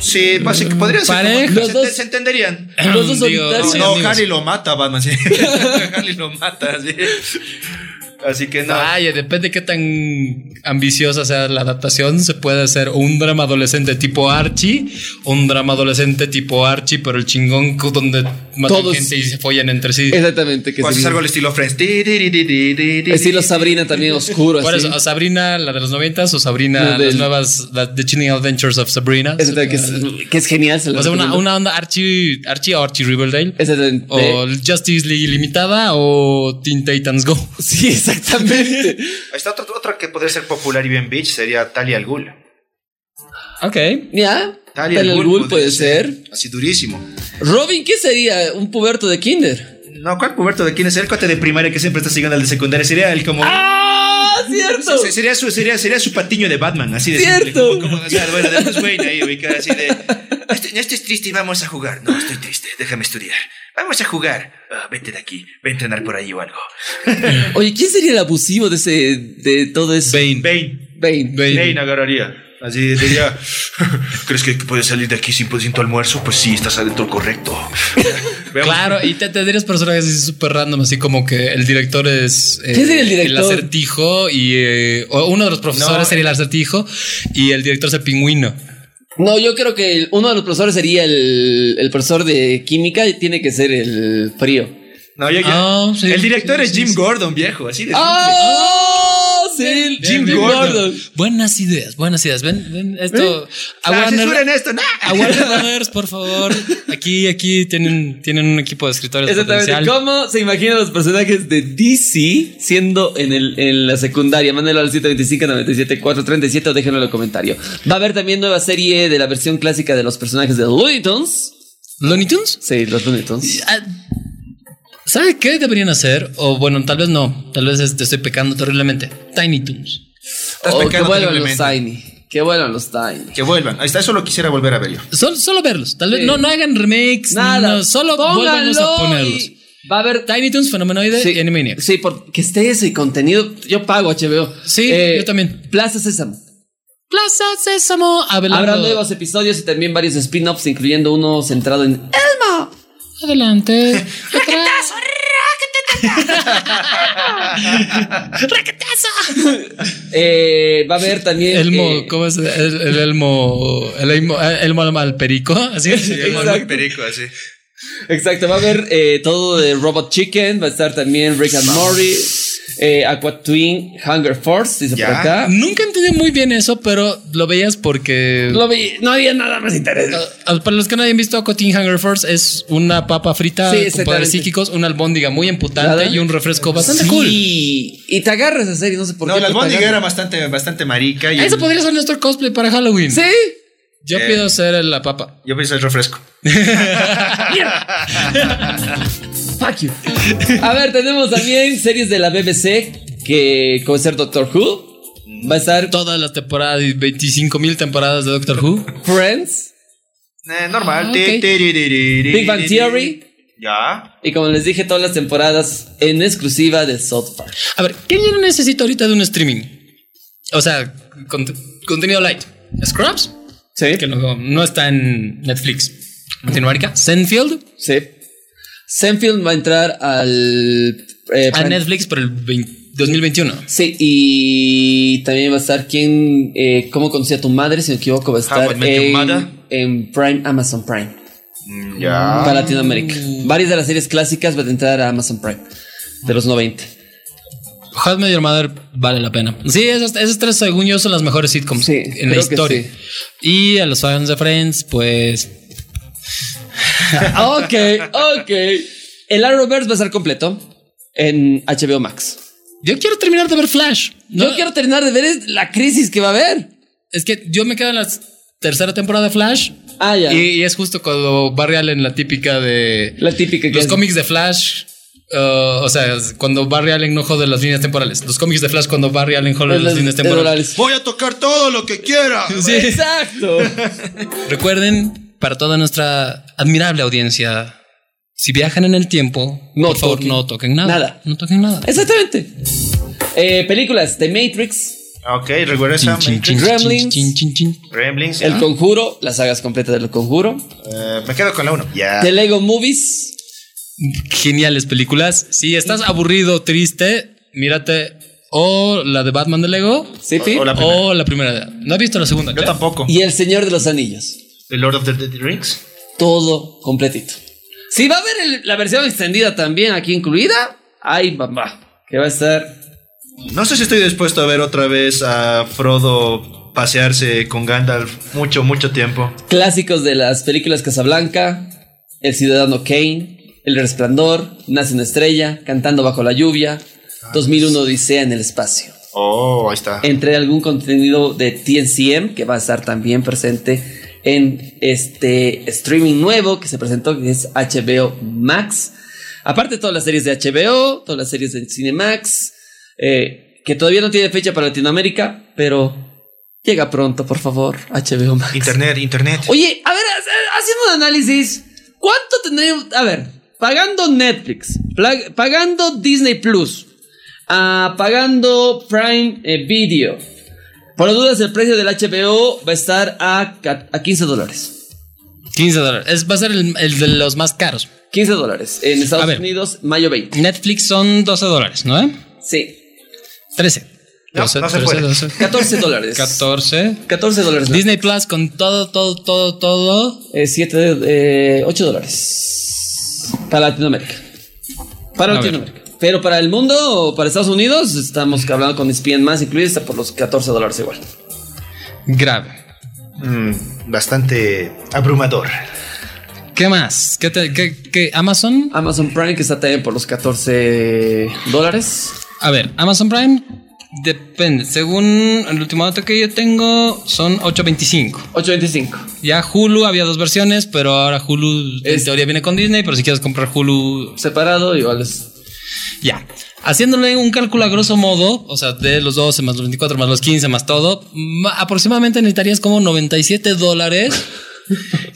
sí, básicamente podría ser. Pareja. como- Los se, dos- se entenderían. Los dos Digo, No, solitarios. sí, no, amigos. Harley lo mata, Batman. Sí. Harley lo mata, sí. Así que no. Vaya, depende de qué tan ambiciosa sea la adaptación. Se puede hacer un drama adolescente tipo Archie, un drama adolescente tipo Archie, pero el chingón cu- donde matan Todos. gente y se follan entre sí. Exactamente, que O haces sería- algo al estilo Friends. Ti, ti, ti, ti, ti, ti, ti, Estilo ti. Sabrina también oscuro. Por así. eso, ¿a Sabrina, la de los noventas, o Sabrina, La del- las nuevas, la- The Chilling Adventures of Sabrina. Eso también que, es, que es genial. se lo O sea, una, recomiendo. una onda Archie, Archie o Archie Riverdale. Exactamente. O Justice League Limitada o Teen Titans Go. Sí, exactamente. Ahí está otra, otra que podría ser popular y bien bitch sería Talia al Ghul. Ok. ¿Ya? Tal Talia al el Ghul Ghul podría puede ser. Así durísimo. Robin, ¿qué sería? ¿Un puberto de kinder? No, ¿cuál Puberto? ¿De quién es el cuate de primaria que siempre está siguiendo al de secundaria? Sería el como. ¡Ah, cierto! Se- Sería su, sería, sería su patiño de Batman, así de Cierto. simple, como- como, o sea, bueno, de Bruce Wayne ahí, ubicar así de. "Este- no estés triste y vamos a jugar. No, estoy triste, déjame estudiar. Vamos a jugar. Ah, vete de aquí, ve a entrenar por ahí o algo. Oye, ¿quién sería el abusivo de ese, de todo eso? Bane. Bane. Bane. Bane. Bane agarraría. Así diría, ¿crees que puedes salir de aquí sin, sin tu almuerzo? Pues sí, estás adentro correcto. Veamos. Claro, y te tendrías personajes así súper random, así como que el director es eh, ¿Quién sería el director? acertijo y eh, o uno de los profesores No. sería el acertijo y el director es el pingüino. No, yo creo que el- uno de los profesores sería el, el profesor de química y tiene que ser el frío. No, yo- yo- Ah, sí, el director sí, es sí, Jim sí. Gordon, viejo, así de Oh, ¡Ah! Sí, Bien, Jim bien, Gordon. Buenas ideas, buenas ideas. Ven, ven, esto. Ah, censuren Warner, esto, nah. a Warner Brothers, por favor. Aquí, aquí tienen, tienen un equipo de escritores. Exactamente. Potencial. ¿Cómo se imaginan los personajes de DC siendo en, el, en la secundaria? Mándenlo al 125-97-437 o déjenlo en el comentario. Va a haber también nueva serie de la versión clásica de los personajes de Looney Tunes. ¿Looney Tunes? Sí, los Looney Tunes. Ah, ¿Sabe qué deberían hacer? O bueno, tal vez no. Tal vez este, estoy pecando terriblemente. Tiny Toons. Estás Oh, que pecando vuelvan los terriblemente. Tiny. Que vuelvan los Tiny. Que vuelvan. Ahí está, eso lo quisiera volver a ver yo. Solo, solo verlos. Tal vez Sí. no, no hagan remakes. Nada. no, solo vuélvanos pónganlo a ponerlos. y Va a haber Tiny Toons, Fenomenoide y Animaniacs. Sí, porque esté ese contenido. Yo pago HBO. Sí, yo también. Eh, Plaza Sésamo. Plaza Sésamo, Abelardo. Habrá nuevos episodios y también varios spin-offs, incluyendo uno centrado en Elmo. Adelante. Atrás. Eh, va a haber también. Elmo, eh, ¿cómo es? El, el Elmo. El Elmo, Elmo al- al perico. Así es. Exacto. Perico, así. Exacto, va a haber eh, todo de Robot Chicken, va a estar también Rick and Morty, eh, Aqua Twin, Hunger Force, dice por Ya. acá. Nunca entendí muy bien eso, pero lo veías porque. No, vi- no había nada más interesante. Ah, Para los que no hayan visto, Cotin Hunger Force es una papa frita Sí, con exactamente. poderes psíquicos, una albóndiga muy emputante Nada. y un refresco bastante Sí. cool. Y te agarras a serie, no sé por No, qué. la pero te albóndiga era agarras. bastante, bastante marica. Ah, Y Eso podría ser nuestro cosplay para Halloween. Sí. Yo Eh. pido ser la papa. Yo pensé el refresco. Fuck you. A ver, tenemos también series de la BBC que como ser Doctor Who. Va a estar Todas las temporadas y 25 mil temporadas de Doctor Who. Friends. Eh, normal. Ah, Ti, ok. ti, ri, ri, ri, ri, Big Bang ri, ri. Theory. Ya. Y como les dije, todas las temporadas en exclusiva de South Park. A ver, ¿qué yo no necesito ahorita de un streaming? O sea, cont- contenido light. Scrubs, Sí. que no, no está en Netflix. Latinoamérica. Senfield, Sí. Senfield va a entrar al. eh, a Prime- Netflix por el 20 2021. Sí, y también va a estar quién. eh, ¿Cómo conocí a tu madre? Si no me equivoco, va a I estar Met Your Mother. en, en Prime, Amazon Prime. Mm, Ya. para Latinoamérica. Varias de las series clásicas van a entrar a Amazon Prime de los 90. How I Met Your Mother vale la pena. Sí, esas, esas tres, según yo, son las mejores sitcoms Sí, en la creo que historia. sí. Y a los fans de Friends, pues. ok, ok. El Arrowverse va a estar completo en HBO Max. Yo quiero terminar de ver Flash. No, Yo quiero terminar de ver es- la crisis que va a haber. Es que yo me quedo en la tercera temporada de Flash. Ah, ya. Y, y es justo cuando Barry Allen, la típica de. la típica que los es- cómics de Flash. uh, o sea, es cuando Barry Allen no jode las líneas temporales. Los cómics de Flash cuando Barry Allen de jode las, los- líneas de dólares. temporales. Voy a tocar todo lo que quiera. Sí. Exacto. Recuerden, para toda nuestra admirable audiencia, si viajan en el tiempo, No por favor, toquen. no toquen nada. Nada. No toquen nada. Exactamente. Eh, películas The Matrix, Ok, regresa. Chin, Matrix, chin, chin, Gremlins. chin, chin, chin, chin. Gremlins. El ya. Conjuro, las sagas completas del Conjuro, Eh, me quedo con la 1. Ya. The Lego Movies, Geniales películas. Si estás aburrido, triste, mírate o la de Batman de Lego ¿sí, Pi? O la primera. o la primera. No he visto la segunda. Yo claro. tampoco. y El Señor de los Anillos. The Lord of the, the Rings. todo completito. Si va a haber el- la versión extendida también aquí incluida, ay mamá, que va a estar. No sé si estoy dispuesto a ver otra vez a Frodo pasearse con Gandalf mucho, mucho tiempo. Clásicos de las películas Casablanca, El Ciudadano Kane, El Resplandor, Nace una estrella, Cantando bajo la lluvia, 2001 Odisea en el espacio. Oh, ahí está. Entre algún contenido de TNCM que va a estar también presente en este streaming nuevo que se presentó, que es HBO Max. Aparte, todas las series de HBO, todas las series de Cinemax, eh, que todavía no tiene fecha para Latinoamérica, pero llega pronto, por favor, HBO Max. Internet, internet. Oye, a ver, hacemos un análisis. ¿Cuánto tendríamos? A ver, pagando Netflix, plag- pagando Disney Plus, ah, pagando Prime eh, Video. Por las dudas, el precio del HBO va a estar a, ca- a 15 dólares. 15 dólares. Es, va a ser el, el de los más caros. 15 dólares. En Estados A ver. Unidos, mayo 20. Netflix son 12 dólares, ¿no? eh? Sí. 13. No, no se puede. 14 dólares. 14. 14 dólares. Disney Plus con todo, todo, todo, todo. Eh, 7, 8 eh, dólares. Para Latinoamérica. Para A ver. Latinoamérica. Pero para el mundo, o para Estados Unidos, estamos hablando con ESPN más incluido, está por los 14 dólares igual. Grave. Oh. Mm, bastante abrumador. ¿Qué más? ¿Qué, te- qué- qué? ¿Amazon? Amazon Prime, que está también por los 14 dólares. A ver, Amazon Prime. Depende. Según el último dato que yo tengo, son 8.25. 8.25. Ya Hulu había dos versiones, pero ahora Hulu en Es- teoría viene con Disney, pero si quieres comprar Hulu, Separado, igual es. ya. Haciéndole un cálculo a grosso modo, o sea, de los 12 más los 24 más los 15 más todo, ma- aproximadamente necesitarías como 97 dólares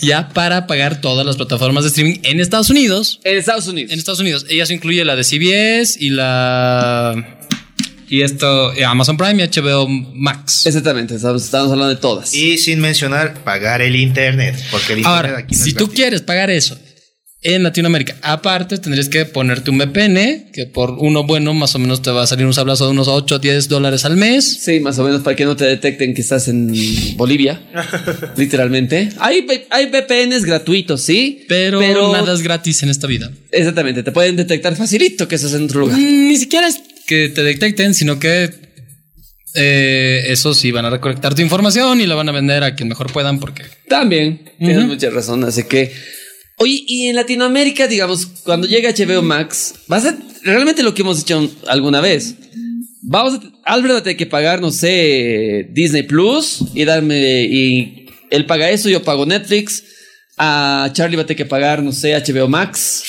ya para pagar todas las plataformas de streaming en Estados Unidos. En Estados Unidos. En Estados Unidos, ella se incluye la de CBS y la... Y esto, eh, Amazon Prime y HBO Max. Exactamente, estamos, estamos hablando de todas. Y sin mencionar pagar el internet. Porque el internet Ahora, aquí no es si tú gratis. quieres pagar eso en Latinoamérica, aparte tendrías que ponerte un VPN, que por uno bueno más o menos te va a salir un sablazo de unos 8 o 10 dólares al mes. Sí, más o menos para que no te detecten que estás en Bolivia, literalmente. Hay, V- hay VPNs gratuitos, sí, Pero, nada es gratis en esta vida. Exactamente, te pueden detectar facilito que estás en otro lugar. mm, Ni siquiera es que te detecten, sino que eh, eso sí van a recolectar tu información y la van a vender a quien mejor puedan porque... También, tienes Ujú. mucha razón, así que... Oye, y en Latinoamérica, digamos, cuando llega HBO Max, vas a... Realmente lo que hemos dicho alguna vez. Vamos a... Albert va a tener que pagar, no sé, Disney Plus y darme... Y él paga eso, yo pago Netflix. A Charlie va a tener que pagar, no sé, HBO Max.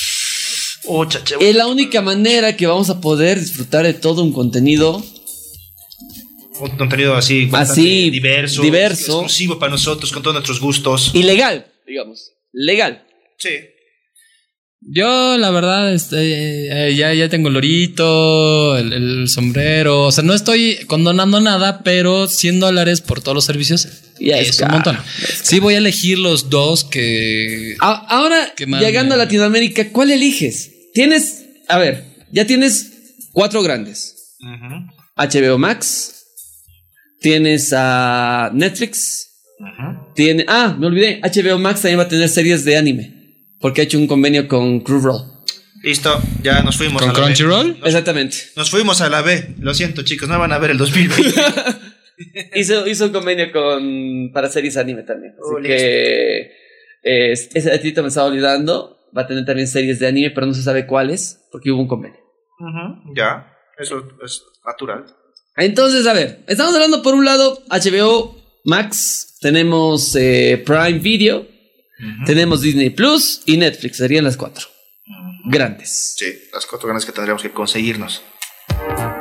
Oh, chacha, Es la única manera que vamos a poder disfrutar de todo un contenido. un contenido así, bastante Así, diverso, diverso. exclusivo para nosotros, con todos nuestros gustos. Ilegal, digamos. Legal. Sí. Yo, la verdad, este, eh, ya, ya tengo el lorito, el, el sombrero. O sea, no estoy condonando nada, pero 100 dólares por todos los servicios Ya es, es un caro, montón. Sí, voy a elegir los dos que. A- ahora, Qué mal, llegando a eh. Latinoamérica, ¿cuál eliges? Tienes, a ver, ya tienes cuatro grandes. Ujú, HBO Max. Tienes a Netflix. ujú. Tiene, ah, me olvidé. HBO Max también va a tener series de anime. Porque ha hecho un convenio con Crunchyroll. Listo, ya nos fuimos. ¿Con a la B. Crunchyroll? Exactamente. Nos fuimos a la B. Lo siento, chicos, no van a ver el 2020. hizo, hizo un convenio con para series anime también. Así Ole. que eh, es- ese datito me estaba olvidando. Va a tener también series de anime, pero no se sabe cuáles, porque hubo un convenio. Ujú, ya, eso es natural. Entonces, a ver, estamos hablando por un lado HBO Max, tenemos eh, Prime Video, tenemos Disney Plus y Netflix, serían las cuatro grandes. Sí, las cuatro ganas que tendríamos que conseguirnos.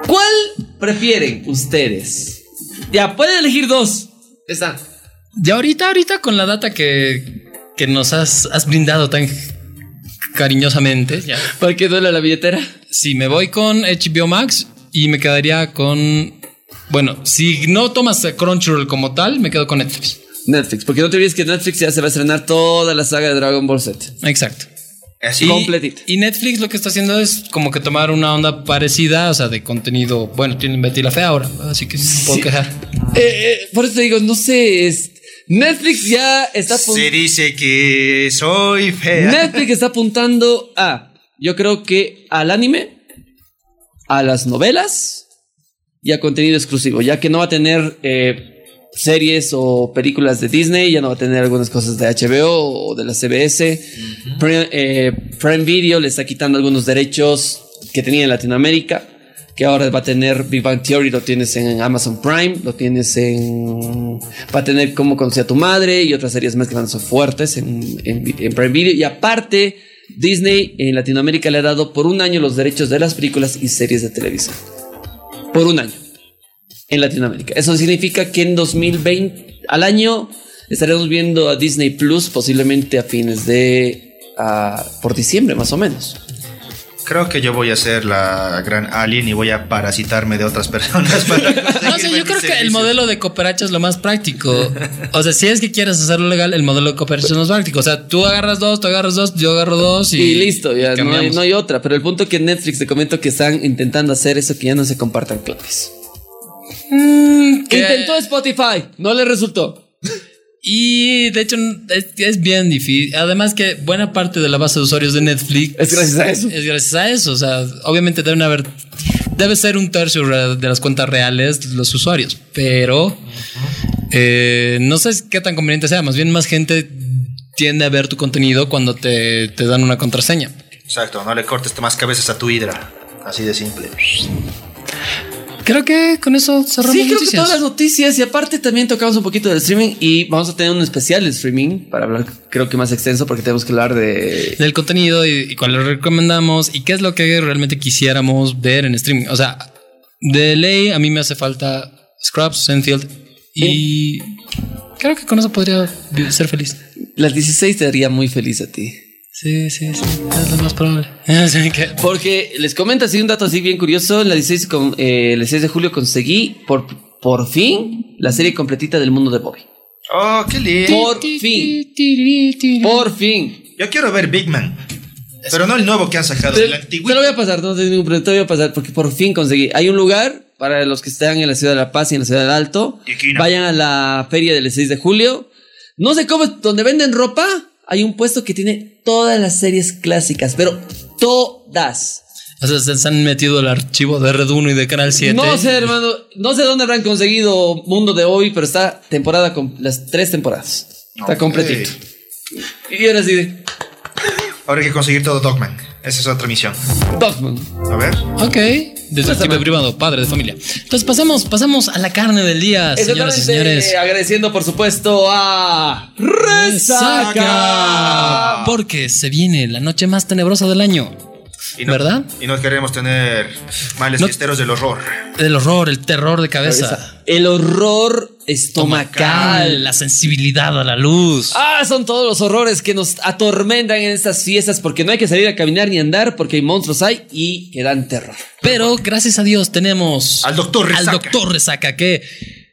¿Cuál prefieren ustedes? Ya, pueden elegir dos. Está. Ya ahorita, ahorita con la data que, que nos has, has brindado tan cariñosamente. Ya. ¿Para que duele la billetera? Si me voy con HBO Max y me quedaría con. Bueno, si no tomas a Crunchyroll como tal, me quedo con Netflix. Netflix, porque no te olvides que Netflix ya se va a estrenar toda la saga de Dragon Ball Z. Exacto. Así. Y, Completita. y Netflix lo que está haciendo es como que tomar una onda parecida, o sea, de contenido. Bueno, tienen Betty la Fea ahora, así que no me puedo quejar. Eh, eh, por eso te digo, no sé, es- Netflix ya está apun- Se dice que soy fea. Netflix está apuntando a, yo creo que al anime, a las novelas y a contenido exclusivo, ya que no va a tener eh, series o películas de Disney, ya no va a tener algunas cosas de HBO o de la CBS. Pre- eh, Prime Video le está quitando algunos derechos que tenía en Latinoamérica, que ahora va a tener Big Bang Theory, lo tienes en Amazon Prime, lo tienes en... va a tener Cómo conocí a tu madre y otras series más que van a ser fuertes en, en vi- en Prime Video. Y aparte, Disney en Latinoamérica le ha dado por un año los derechos de las películas y series de televisión. Por un año en Latinoamérica. Eso significa que en 2020, al año, Estaremos viendo a Disney Plus posiblemente a fines de. ah, por diciembre, más o menos. Creo que yo voy a ser la gran alien y voy a parasitarme de otras personas. Para No sé, yo creo que el modelo de cooperacha es lo más práctico. O sea, si es que quieres hacerlo legal, el modelo de cooperacha es lo más práctico. O sea, tú agarras dos, tú agarras dos, yo agarro dos y. Y listo, ya no hay, cambiamos. no hay otra. Pero el punto que Netflix te comento que están intentando hacer eso que ya no se compartan claves. Mm, que- Intentó Spotify, no le resultó. Y de hecho, es, es bien difícil. Además, que buena parte de la base de usuarios de Netflix Es gracias a eso. es gracias a eso. O sea, obviamente deben haber. Debe ser un tercio re- de las cuentas reales los usuarios. Pero eh, no sé qué tan conveniente sea. Más bien, más gente tiende a ver tu contenido cuando te, te dan una contraseña. Exacto, no le cortes más cabezas a tu hidra. Así de simple. Creo que con eso cerramos. Sí, creo que noticias. todas las noticias y aparte también tocamos un poquito del streaming y vamos a tener un especial de streaming para hablar creo que más extenso porque tenemos que hablar de... del contenido y, y cuál le recomendamos y qué es lo que realmente quisiéramos ver en streaming. O sea, de ley a mí me hace falta Scraps, Senfield y creo que con eso podría vi- ser feliz. Las 16 te haría muy feliz a ti. Sí, sí, sí, es lo más probable. Así que- Porque les comento así un dato así bien curioso. La 16, con, eh, el 16 de julio conseguí por, por fin la serie completita del mundo de Bobby. Oh, qué lindo. Por fin. Por fin. Yo quiero ver Big Man. Pero no el nuevo que han sacado, Te, el te antiguo. lo voy a pasar, no tengo ningún problema. Te lo voy a pasar porque por fin conseguí. Hay un lugar para los que están en la ciudad de La Paz y en la ciudad del Alto. Quijina. Vayan a la feria del 16 de julio. No sé cómo, es- donde venden ropa, hay un puesto que tiene todas las series clásicas, pero todas. o sea, se- se han metido el archivo de Red 1 y de Canal 7. No sé, hermano. No sé dónde habrán conseguido Mundo de hoy, pero está temporada con las tres temporadas. Está Ok. completito. Y ahora sí de Ahora hay que conseguir todo Dogman. Esa es otra misión. Dogman. A ver. Ok, detective privado, padre de familia. Entonces pasamos, pasamos a la carne del día, señoras y Exactamente, señores. Agradeciendo, por supuesto, a Resaca. Saca. Porque se viene la noche más tenebrosa del año. Y no- ¿Verdad? Y no queremos tener males No- fiesteros del horror. El horror, el terror de cabeza. El horror estomacal. Cal, la sensibilidad a la luz. Ah, son todos los horrores que nos atormentan en estas fiestas porque no hay que salir a caminar ni andar porque hay monstruos hay y que dan terror. Pero gracias a Dios tenemos Al doctor Resaca. al doctor Resaca que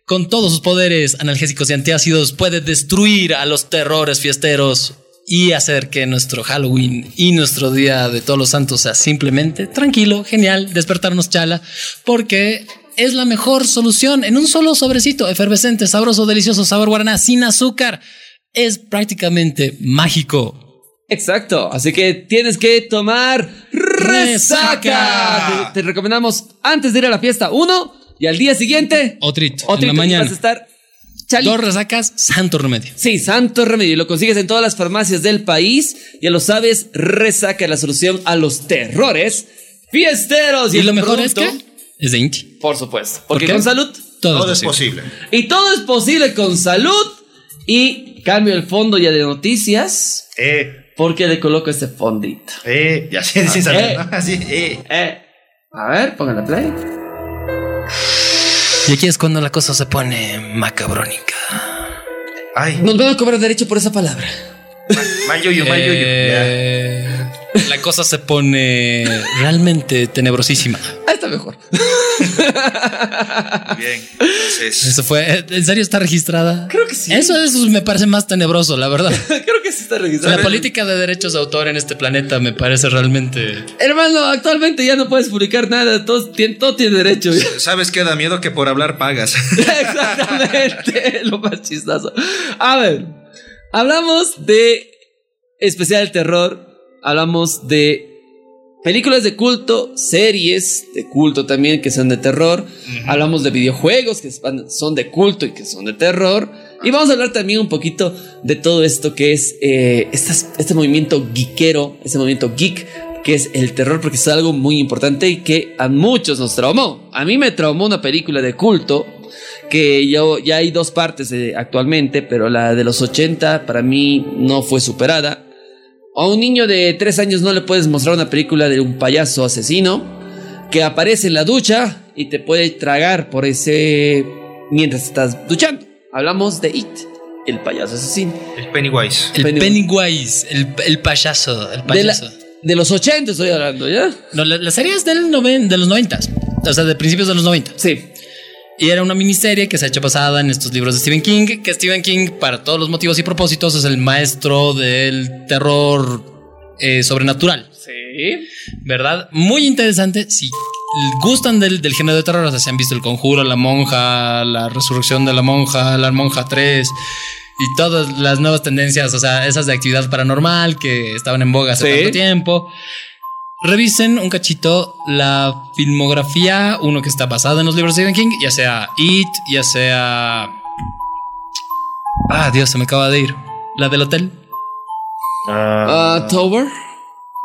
con todos sus poderes analgésicos y antiácidos puede destruir a los terrores fiesteros y hacer que nuestro Halloween y nuestro Día de Todos los Santos sea simplemente tranquilo, genial, despertarnos chala, porque es la mejor solución en un solo sobrecito, efervescente, sabroso, delicioso, sabor guaraná, sin azúcar. Es prácticamente mágico. Exacto, así que tienes que tomar resaca. Resaca. Te, te recomendamos antes de ir a la fiesta uno y al día siguiente Otrito, otro en la mañana. vas a estar chali. Dos resacas, santo remedio. Sí, santo remedio. Y Lo consigues en todas las farmacias del país. Ya lo sabes, resaca la solución a los terrores fiesteros. Y, el lo mejor es producto, que es de Inti. Por supuesto, porque qué? con salud. Todo, Todo es es posible. posible. Y todo es posible con salud. Y cambio el fondo ya de noticias Eh, porque le coloco este fondito. eh, y así, sin Ah, saber, ¿no? Así, eh. Eh, a ver, pongan la play. Y aquí es cuando la cosa se pone macabrónica. Ay, Nos van a cobrar derecho por esa palabra. mayuyu, mayuyu. Ya. Eh, la cosa se pone realmente tenebrosísima. Ah, está mejor. Bien. Entonces, Eso fue. ¿En serio está registrada? Creo que sí. Eso, eso me parece más tenebroso, la verdad. Creo que sí está registrado. La política de derechos de autor en este planeta me parece realmente. Hermano, actualmente ya no puedes publicar nada. Todo, tien- todo tiene derecho. ¿sabes qué da miedo? Que por hablar pagas. Exactamente, lo más chistoso. A ver, hablamos de especial de terror, hablamos de películas de culto, series de culto también que son de terror, hablamos de videojuegos que son- son de culto y que son de terror, y vamos a hablar también un poquito de todo esto que es eh, estas- este movimiento geekero, este movimiento geek que es el terror, porque es algo muy importante y que a muchos nos traumó. A mí me traumó una película de culto que yo ya hay dos partes eh, actualmente, pero la de los 80 para mí no fue superada. A un niño de 3 años no le puedes mostrar una película de un payaso asesino que aparece en la ducha y te puede tragar por ese mientras estás duchando. Hablamos de It. el payaso asesino. El Pennywise. El Pennywise. Pennywise, el, el payaso, el De, la- payaso. de los 80 estoy hablando, ¿ya? No, la, la serie es del noven- de los 90, o sea, de principios de los 90. Sí. Y era una miniserie que se ha hecho basada en estos libros de Stephen King, que Stephen King, para todos los motivos y propósitos, es el maestro del terror eh, sobrenatural, Sí. ¿verdad? Muy interesante. Si gustan del, del género de terror, o sea, si han visto El Conjuro, La Monja, La Resurrección de la Monja, La Monja 3 y todas las nuevas tendencias, o sea, esas de actividad paranormal que estaban en boga hace Sí. tanto tiempo. Revisen un cachito la filmografía, uno que está basado en los libros de Stephen King, ya sea It, ya sea... Ah, Dios, se me acaba de ir. La del hotel. Ah, Tower.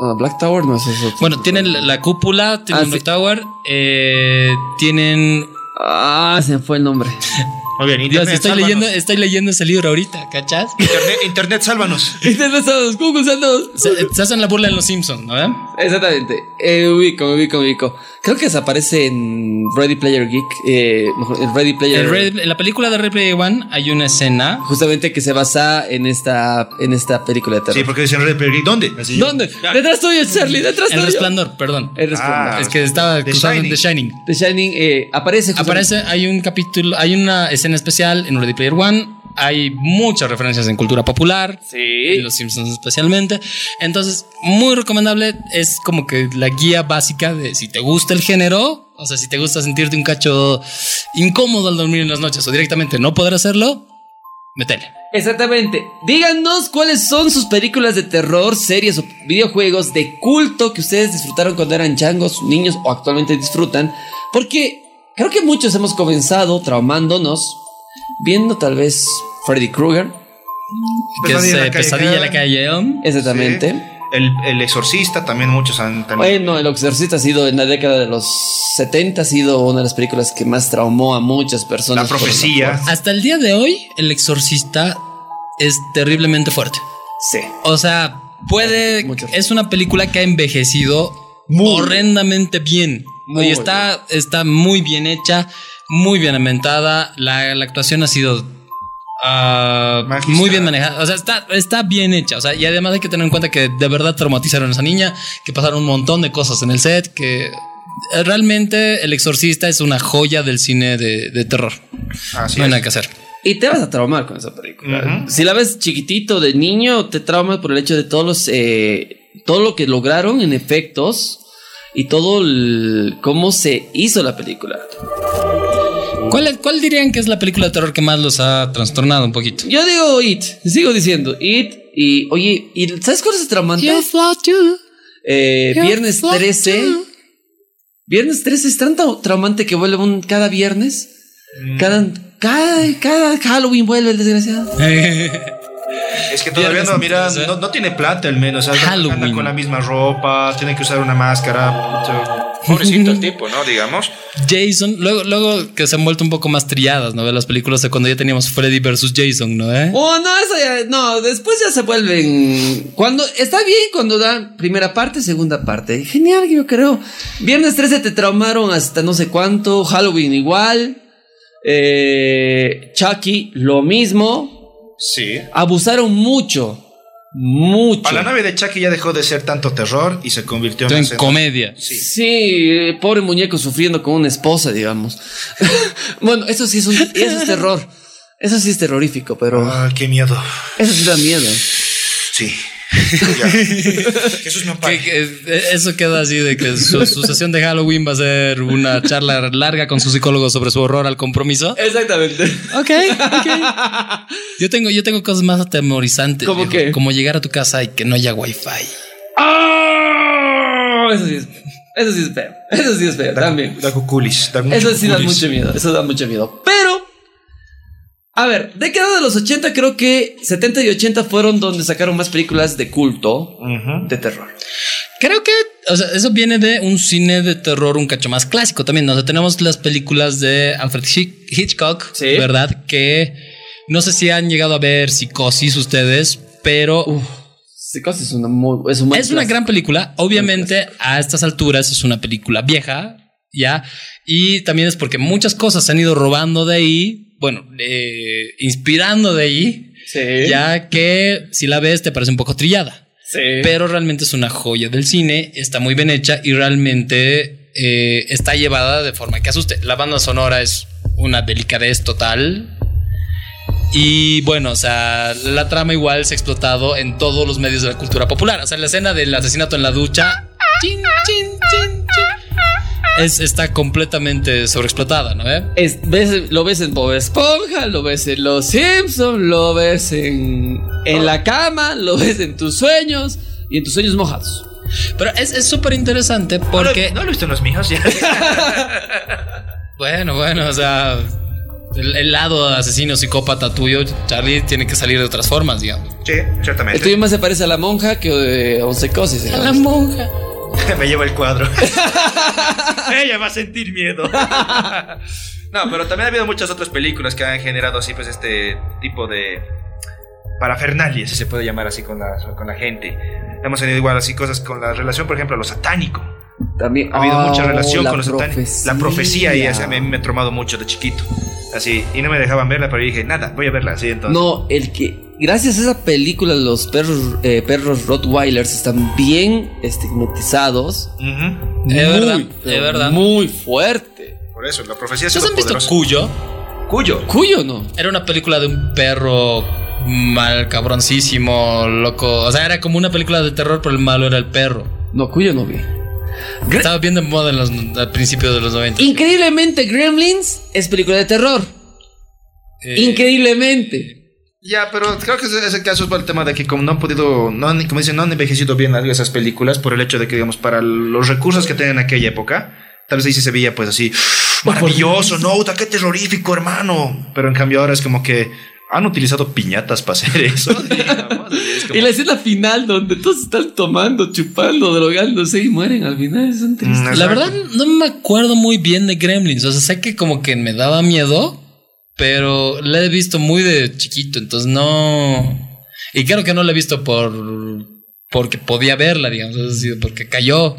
Ah, Black Tower no es eso. Bueno, tienen la- la cúpula, tienen Ah, una sí. tower, eh, tienen... Ah, se me fue el nombre. Muy bien, Dios, Internet, estoy sálvanos. leyendo, estoy leyendo ese libro ahorita, ¿cachas? Internet, Internet, sálvanos. Internet Sábados, Este Google Sábados. Se, se hacen la burla en Los Simpsons, ¿no? eh? Exactamente. Eh, ubico, me ubico, me ubico. Creo que desaparece en Ready Player Geek. Eh, mejor, en Ready Player. En Red- en la película de Replay One hay una escena... Justamente que se basa en esta, en esta película de terror. Sí, porque dicen Red Player Geek. ¿Dónde? Así yo. ¿Dónde? Detrás tuyo, Charlie, detrás El tuyo. resplandor, perdón. El resplandor. Ah. Es que estaba The cruzando Shining. The Shining. The Shining eh, aparece. justamente- Aparece, hay un capítulo, hay una escena especial en Ready Player One. Hay muchas referencias en cultura popular. Sí. y Los Simpsons especialmente. Entonces, muy recomendable. Es como que la guía básica de si te gusta el género. O sea, si te gusta sentirte un cacho incómodo al dormir en las noches o directamente no poder hacerlo, metele. Exactamente. Díganos cuáles son sus películas de terror, series o videojuegos de culto que ustedes disfrutaron cuando eran changos, niños o actualmente disfrutan. Porque creo que muchos hemos comenzado traumándonos viendo tal vez Freddy Krueger. Que es Pesadilla en la eh, calle. pesadilla en la calle. ¿eh? Exactamente. El, el Exorcista también muchos han también. Bueno, El Exorcista ha sido en la década de los 70, ha sido una de las películas que más traumó a muchas personas. La por profecía. Hasta el día de hoy, el exorcista es terriblemente fuerte. Sí. O sea, puede. Mucho. Es una película que ha envejecido Muy. horrendamente bien. Muy y está, está muy bien hecha, muy bien ambientada. La, la actuación ha sido. ah, Magistral. muy bien manejada, o sea, está, está bien hecha, o sea, y además hay que tener en cuenta que de verdad traumatizaron a esa niña, que pasaron un montón de cosas en el set, que eh, realmente El Exorcista es una joya del cine de, de terror, Así no hay es. nada que hacer. Y te vas a traumar con esa película. Ujú. Si la ves chiquitito de niño, te traumas por el hecho de todos los. eh, todo lo que lograron en efectos y todo el- cómo se hizo la película. ¿Cuál, ¿Cuál dirían que es la película de terror que más los ha trastornado un poquito? Yo digo It, sigo diciendo It. Y oye, ¿y ¿sabes cuál es el traumante? Eh, viernes 13. Viernes 13 es tan trau- traumante que vuelve un, cada viernes. Cada, cada, cada Halloween vuelve el desgraciado. Es que todavía Viernes, no, mira, entonces, ¿eh? no, no tiene plata al menos. o sea, Halloween. Anda con la misma ropa, tiene que usar una máscara. puto. Pobrecito el tipo, ¿no? Digamos. Jason, luego, luego que se han vuelto un poco más triadas, ¿no? De las películas de cuando ya teníamos Freddy versus Jason, ¿no? ¿Eh? Oh, no, eso ya, no, después ya se vuelven. Cuando está bien cuando dan primera parte, segunda parte. Genial, yo creo. Viernes 13 te traumaron hasta no sé cuánto, Halloween igual. Eh, Chucky, lo mismo. Sí. Abusaron mucho. Mucho. Para la nave de Chucky ya dejó de ser tanto terror y se convirtió en, en escena- comedia. Sí. Sí, eh, pobre muñeco sufriendo con una esposa, digamos. bueno, eso sí es un, eso es terror. Eso sí es terrorífico, pero Ah, qué miedo. eso sí da miedo. Sí. Ya. Jesús me Que- ampare. que- eso queda así de que su, su sesión de Halloween va a ser una charla larga con su psicólogo sobre su horror al compromiso. Exactamente. Ok, Yo tengo, yo tengo cosas más atemorizantes. ¿Cómo viejo. qué? Como llegar a tu casa y que no haya wifi. ¡Ah! Eso sí es, eso sí es feo. Eso sí es feo también. Da cuculis. da mucho Eso sí da cuculis. mucho miedo. Eso da mucho miedo. Pero, a ver, década de los 80, creo que 70 y 80 fueron donde sacaron más películas de culto Ujú. de terror. Creo que, o sea, eso viene de un cine de terror un cacho más clásico también. ¿no? O sea, tenemos las películas de Alfred Hitch- Hitchcock, Sí. ¿verdad? Que no sé si han llegado a ver Psicosis ustedes, pero Psicosis es una muy. Es, un buen es una clásico. gran película. Obviamente, a estas alturas es una película vieja, ¿ya? Y también es porque muchas cosas se han ido robando de ahí, bueno, eh, inspirando de allí, Sí. ya que si la ves te parece un poco trillada. Sí. Pero realmente es una joya del cine, está muy bien hecha y realmente eh, está llevada de forma que asuste. La banda sonora es una delicadez total. Y bueno, o sea, la trama igual se ha explotado en todos los medios de la cultura popular. O sea, la escena del asesinato en la ducha chin, chin, chin, chin, es, está completamente sobreexplotada, ¿no? eh? Es- ves- lo ves en Bob Esponja, lo ves en Los Simpsons, lo ves en, en la cama, lo ves en tus sueños y en tus sueños mojados. Pero es es súper interesante porque... Porque no lo he visto en los míos. Ya. Bueno, bueno, o sea, el, el lado asesino psicópata tuyo, Charlie, tiene que salir de otras formas, digamos. sí, El ciertamente. tuyo más se parece a la monja que eh, a once cosas. ¿eh? monja. Me lleva el cuadro. Ella va a sentir miedo. no, pero también ha habido muchas otras películas que han generado así, pues, este tipo de parafernalia, si se puede llamar así, con la, con la gente. Hemos tenido igual así cosas con la relación, por ejemplo, a lo satánico. También Ha habido oh, mucha relación la con los satánicos. La profecía, y esa, a mí me ha traumado mucho de chiquito. Así, y no me dejaban verla, pero dije, nada, voy a verla así entonces. No, el que. Gracias a esa película, los perros, eh, perros Rottweilers están bien estigmatizados. Ujú. Es Muy, verdad, pero es verdad. Muy fuerte. Por eso, la profecía es ¿Ustedes han visto superpoderosa. Cuyo? Cuyo. Cuyo no. Era una película de un perro mal cabroncísimo, loco. O sea, era como una película de terror, pero el malo era el perro. No, Cuyo no vi. Estaba bien de moda en los, al principio de los 90. Increíblemente, Gremlins es película de terror. Eh, Increíblemente. Ya, pero creo que ese ese caso es por el tema de que como no han podido, no han- como dicen, no han envejecido bien las- esas películas por el hecho de que, digamos, para los recursos que tenían en aquella época, tal vez ahí sí se veía pues así, maravilloso, no, puta, qué terrorífico, hermano. Pero en cambio ahora es como que han utilizado piñatas para hacer eso. digamos, es como- Y la escena final donde todos están tomando, chupando, drogándose y mueren al final. Es un triste. Mm, La exacto. verdad, no me acuerdo muy bien de Gremlins. O sea, sé que como que me daba miedo, pero la he visto muy de chiquito, entonces no. Y claro que no la he visto por. porque podía verla, digamos. Es decir, porque cayó.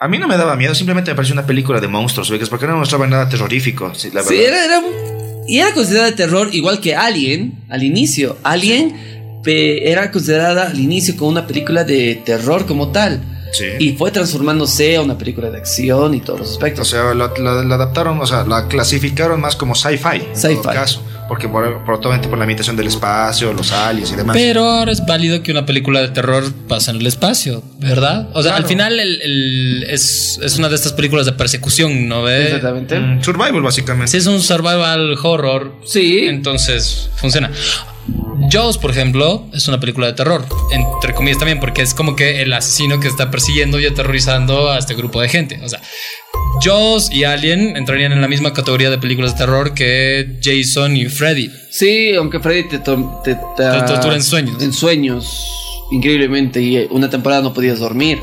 A mí no me daba miedo, simplemente me pareció una película de monstruos, ¿ves? porque no mostraba nada terrorífico, sí, la verdad. Sí, era, era un- y era considerada de terror igual que Alien al inicio. Alien pe- era considerada al inicio como una película de terror como tal. Sí. Y fue transformándose a una película de acción y todos los O aspectos. sea, la, la- la adaptaron, o sea, la clasificaron más como sci-fi. en Sci-fi. todo caso. Porque por, por, todo- por la ambientación del espacio, los aliens y demás. Pero ahora es válido que una película de terror pasa en el espacio, ¿verdad? O sea, Claro. al final el- el- es, es una de estas películas de persecución, ¿no ves? Exactamente. Mm, survival, básicamente. Si es un survival horror, Sí. Entonces, funciona. Jaws, por ejemplo, es una película de terror, entre comillas también, porque es como que el asesino que está persiguiendo y aterrorizando a este grupo de gente. O sea, Jaws y Alien entrarían en la misma categoría de películas de terror que Jason y Freddy. Sí, aunque Freddy te, to- te, ta- Te tortura en sueños. En sueños, increíblemente. Y eh, una temporada no podías dormir.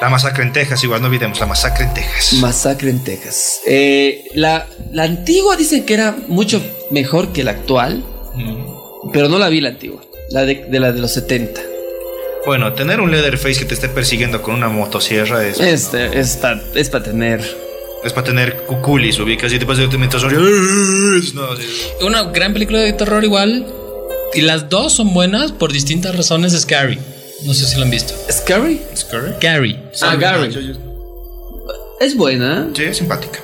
La masacre en Texas, igual no olvidemos, la masacre en Texas. Masacre en Texas. Eh, la, la antigua dicen que era mucho mejor que la actual, Mm. pero no la vi la antigua. La de, de la de los 70. bueno, tener un Leatherface que te esté persiguiendo con una motosierra es, Este, es para tener. es para tener cuculis, ubicas y te pasas mientras oyes- No, sí. Una gran película de terror igual. Y las dos son buenas por distintas razones. Scary. No sé si lo han visto. Scary. Scary. Ah, Gary. Es buena. Sí, es simpática.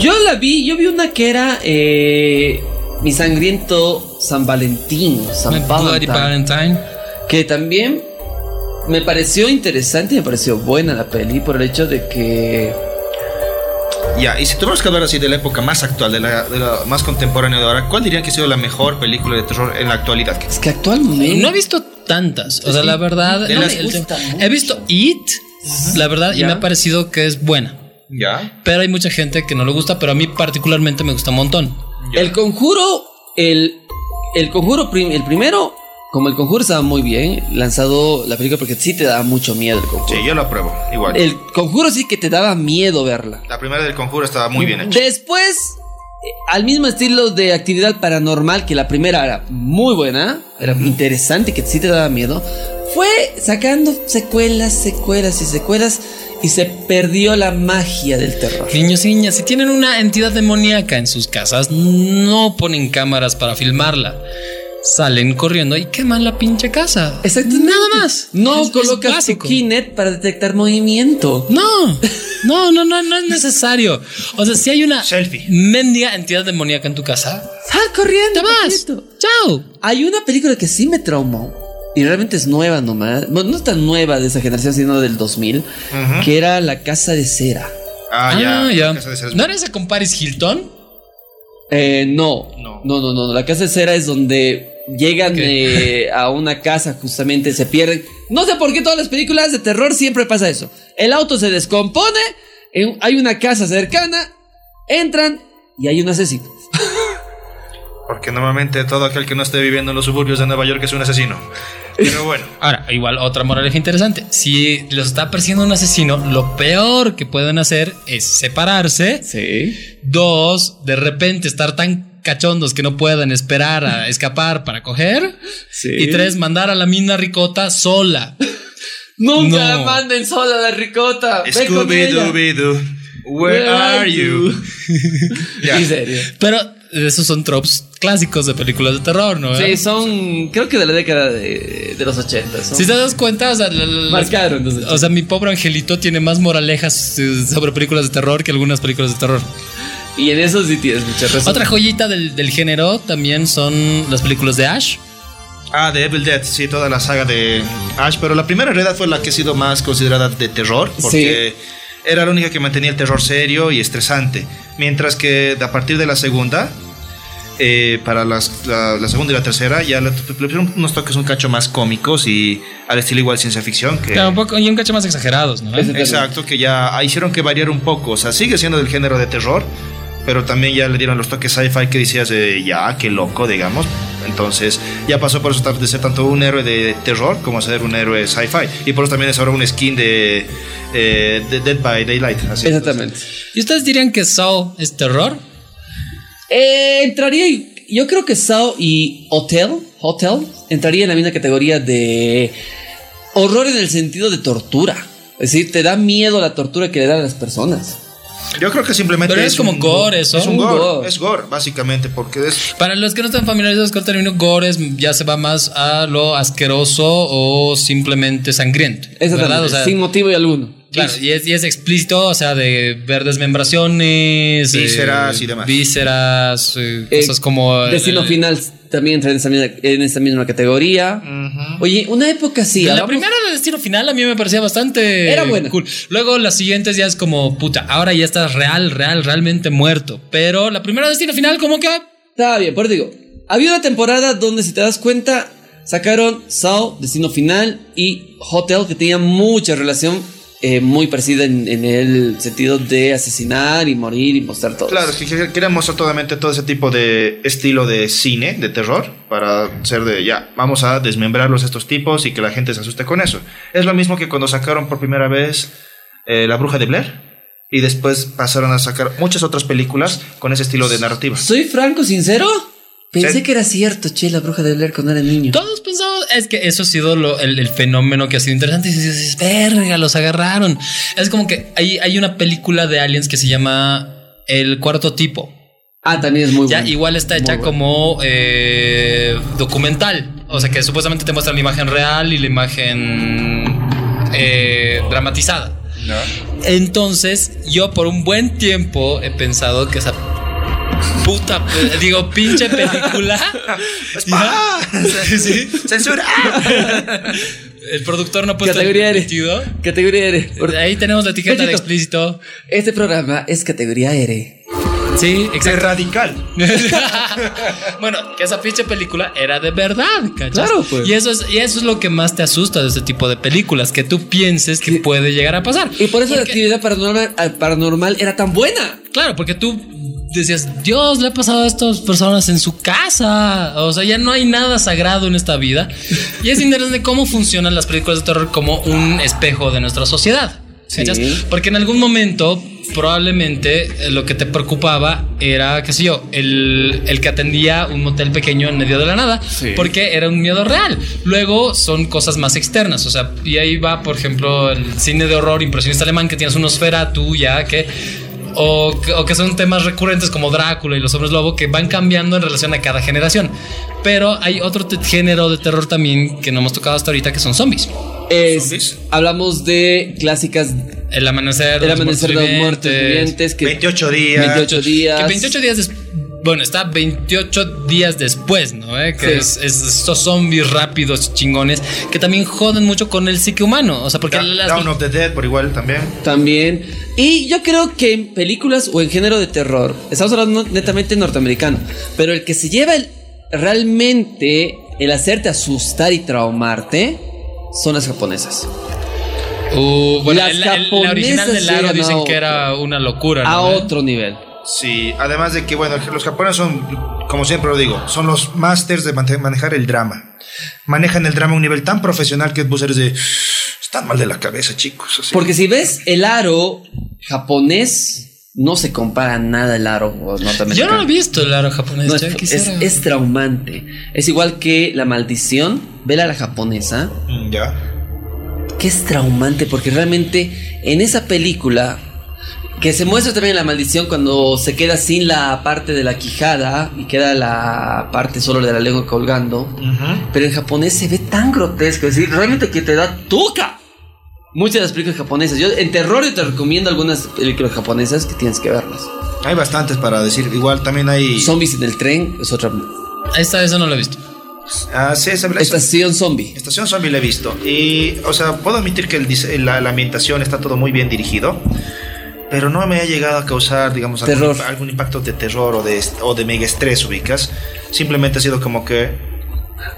Yo la vi, yo vi una que era eh, Mi sangriento San Valentín. o San Bloody Valentine. Valentine. Que también me pareció interesante y me pareció buena la peli por el hecho de que. Ya, y si tuviéramos que hablar así de la época más actual, de la, de la más contemporánea de ahora, ¿cuál dirían que ha sido la mejor película de terror en la actualidad? Es que actualmente. No he visto tantas. O sea, que la verdad. de no las me- gusta he visto It, la verdad, y Ya. me ha parecido que es buena. Ya. Pero hay mucha gente que no le gusta, pero a mí particularmente me gusta un montón. El conjuro. El, el conjuro, prim- el primero. Como el conjuro estaba muy bien lanzado la película, porque sí te daba mucho miedo el conjuro. Sí, yo lo apruebo, igual. El conjuro sí que te daba miedo verla. La primera del conjuro estaba muy bien hecha. Después, eh, al mismo estilo de actividad paranormal, que la primera era muy buena, era interesante, que sí te daba miedo, fue sacando secuelas, secuelas y secuelas. y se perdió la magia del terror. Niños y niñas, si tienen una entidad demoníaca en sus casas, no ponen cámaras para filmarla. Salen corriendo y queman la pinche casa. Exacto, Nada más. No Es- es colocas tu básico. Kinect para detectar movimiento. No, no, no, no, no es necesario. O sea, si hay una Selfie. mendiga entidad demoníaca en tu casa, Sal corriendo. te vas. papito. Chao. Hay una película que sí me traumó. Y realmente es nueva nomás. Bueno, no es tan nueva de esa generación, sino del 2000. Ujú. Que era La Casa de Cera. Ah, ya. Ah, ya. Casa de Ceres- ¿No era esa con Paris Hilton? Eh, no. No. No, no, no, no. La Casa de Cera es donde llegan Ok. eh, a una casa, justamente se pierden. No sé por qué todas las películas de terror siempre pasa eso. El auto se descompone, en- hay una casa cercana, entran y hay un asesino. Porque normalmente todo aquel que no esté viviendo en los suburbios de Nueva York es un asesino. Pero bueno. Ahora, igual otra moraleja interesante. Si los está persiguiendo un asesino, lo peor que pueden hacer es separarse. Sí. Dos, de repente estar tan cachondos que no puedan esperar a escapar para coger. Sí. Y tres, mandar a la mina ricota sola. Nunca No. la manden sola a la ricota. Ve con ella. Scooby-Doo, where are you? Ya. En serio. Pero esos son tropes clásicos de películas de terror, ¿no? Sí, son. Creo que de la década de, de los 80. son- Si te das cuenta, o sea, la- la- las- Marcaron los 80. o sea, mi pobre angelito tiene más moralejas eh, sobre películas de terror que algunas películas de terror. Y en eso sí tienes mucha razón. Otra joyita del, del género también son las películas de Ash. Ah, de Evil Dead, sí, toda la saga de Ash, pero la primera en realidad fue la que ha sido más considerada de terror, porque era la única que mantenía el terror serio y estresante, mientras que a partir de la segunda, eh, para las- la, la segunda y la tercera, ya le, le pusieron unos toques un cacho más cómicos y al estilo igual ciencia ficción, que, Claro, un poco- y un cacho más exagerados, ¿no? exacto, que ya ah, hicieron que variar un poco, o sea, sigue siendo del género de terror, pero también ya le dieron los toques sci-fi que decías de ya, qué loco, digamos. Entonces, ya pasó por eso tan- de ser tanto un héroe de terror como ser un héroe sci-fi. Y por eso también es ahora un skin de, eh, de Dead by Daylight. así. Exactamente. ¿Y ustedes dirían que Saw es terror? Eh, entraría. y- Yo creo que Sao y Hotel. Hotel. Entraría en la misma categoría de. Horror en el sentido de tortura. Es decir, te da miedo la tortura que le dan a las personas. Yo creo que simplemente. Pero es como gore eso. Es un Un gore, gore. Es gore, básicamente, porque es. Para los que no están familiarizados con el término gore, es- ya se va más a lo asqueroso o simplemente sangriento. ¿verdad? Exactamente. O sea, sin motivo y alguno. Claro, y es, y es explícito, o sea, de ver desmembraciones, eh, Vísceras y demás. Vísceras, eh, Eh, cosas como. el- Destino el- final también entra en esa misma, en esa misma categoría. Oye, una época sí. La hablamos- primera de destino final a mí me parecía bastante Era buena. cool. Luego las siguientes ya es como puta, ahora ya estás real, real, realmente muerto. Pero la primera de destino final como que Estaba bien, por eso digo. Había una temporada donde, si te das cuenta, sacaron Sao, Destino Final y Hotel, que tenían mucha relación eh, muy parecida en, en el sentido de asesinar y morir y mostrar todo. Claro, es que quer- querían mostrar totalmente todo ese tipo de estilo de cine, de terror, para ser de ya, vamos a desmembrarlos a estos tipos y que la gente se asuste con eso. Es lo mismo que cuando sacaron por primera vez eh, La Bruja de Blair y después pasaron a sacar muchas otras películas con ese estilo de narrativa. Soy franco, sincero. Pensé Sí. que era cierto, che, la bruja de Blair cuando era niño. todos pensamos, es que eso ha sido lo- el, el fenómeno que ha sido interesante. Y dices, verga, los agarraron. Es como que hay, hay una película de aliens que se llama El Cuarto Tipo. Ah, también es muy Ya bueno. igual está hecha Muy bueno. como eh, documental. O sea que supuestamente te muestran la imagen real y la imagen eh, dramatizada. Entonces, yo por un buen tiempo he pensado que esa puta, pe- digo, pinche película. ¡Ah! Sí. ¡Censura! El productor no ha puesto Categoría el R. sentido. Categoría R. Por- Ahí tenemos la etiqueta de Cachito. explícito. Este programa es categoría R. Sí, ¡Qué exacto. radical! bueno, que esa pinche película era de verdad, ¿cachas? Claro, pues. Y eso, es, y eso es lo que más te asusta de este tipo de películas, que tú pienses que Sí. puede llegar a pasar. Y por eso la Porque- actividad paranormal, ah, paranormal era tan buena. Claro, porque tú decías, Dios, le ha pasado a estas personas en su casa. O sea, ya no hay nada sagrado en esta vida. Y es interesante cómo funcionan las películas de terror como un espejo de nuestra sociedad. Sí. ¿Cachas? Porque en algún momento probablemente eh, lo que te preocupaba era, qué sé yo, el, el que atendía un motel pequeño en medio de la nada, Sí. porque era un miedo real. Luego son cosas más externas, o sea, y ahí va, por ejemplo, el cine de horror impresionista alemán, que tienes una esfera tú ya que... O, que- o que son temas recurrentes como Drácula y los hombres lobo que van cambiando en relación a cada generación. Pero hay otro te- género de terror también que no hemos tocado hasta ahorita que son zombies. Es- ¿Zombies? hablamos de clásicas El amanecer, del los amanecer de los muertos vivientes. vivientes. Que 28 días. 28 días. Que 28 días des- Bueno, está 28 días después, ¿no? Eh, Que Sí. es, es estos zombies rápidos, chingones, que también joden mucho con el psique humano. O sea, porque Da- las- Dawn of the Dead, por igual también. También. Y yo creo que en películas o en género de terror, estamos hablando netamente norteamericano, pero el que se lleva el- realmente el hacerte asustar y traumarte son las japonesas. Uh, bueno, Las el- el- la japonesas original del llegan aro a dicen que otro. era una locura, ¿no? A eh? otro nivel. Sí, además de que, bueno, los japoneses son, como siempre lo digo, son los masters de mante- manejar el drama. Manejan el drama a un nivel tan profesional que vos eres de. Están mal de la cabeza, chicos. así. Porque si ves el aro japonés, no se compara nada el aro norteamericano. Yo no lo he visto el aro japonés. No, es, ya es- quisiera. es traumante. Es igual que la maldición, vela la japonesa, Mm, Ya. que es traumante porque realmente en esa película que se muestra también en la maldición cuando se queda sin la parte de la quijada y queda la parte solo de la lengua colgando, Ujú. pero en japonés se ve tan grotesco, es decir, realmente que te da toca. Muchas de las películas japonesas, yo en terror yo te recomiendo algunas películas japonesas que tienes que verlas. Hay bastantes para decir. Igual también hay. Zombies en el tren es otra Esta esa no lo he visto. Ah, sí, esa- esa- estación zombie. Estación Zombie la he visto. Y, o sea, puedo admitir que el dise- la, la ambientación está todo muy bien dirigido. Pero no me ha llegado a causar, digamos, algún- Terror. Algún, impacto de terror o de, est- o de mega estrés, ubicas. Simplemente ha sido como que.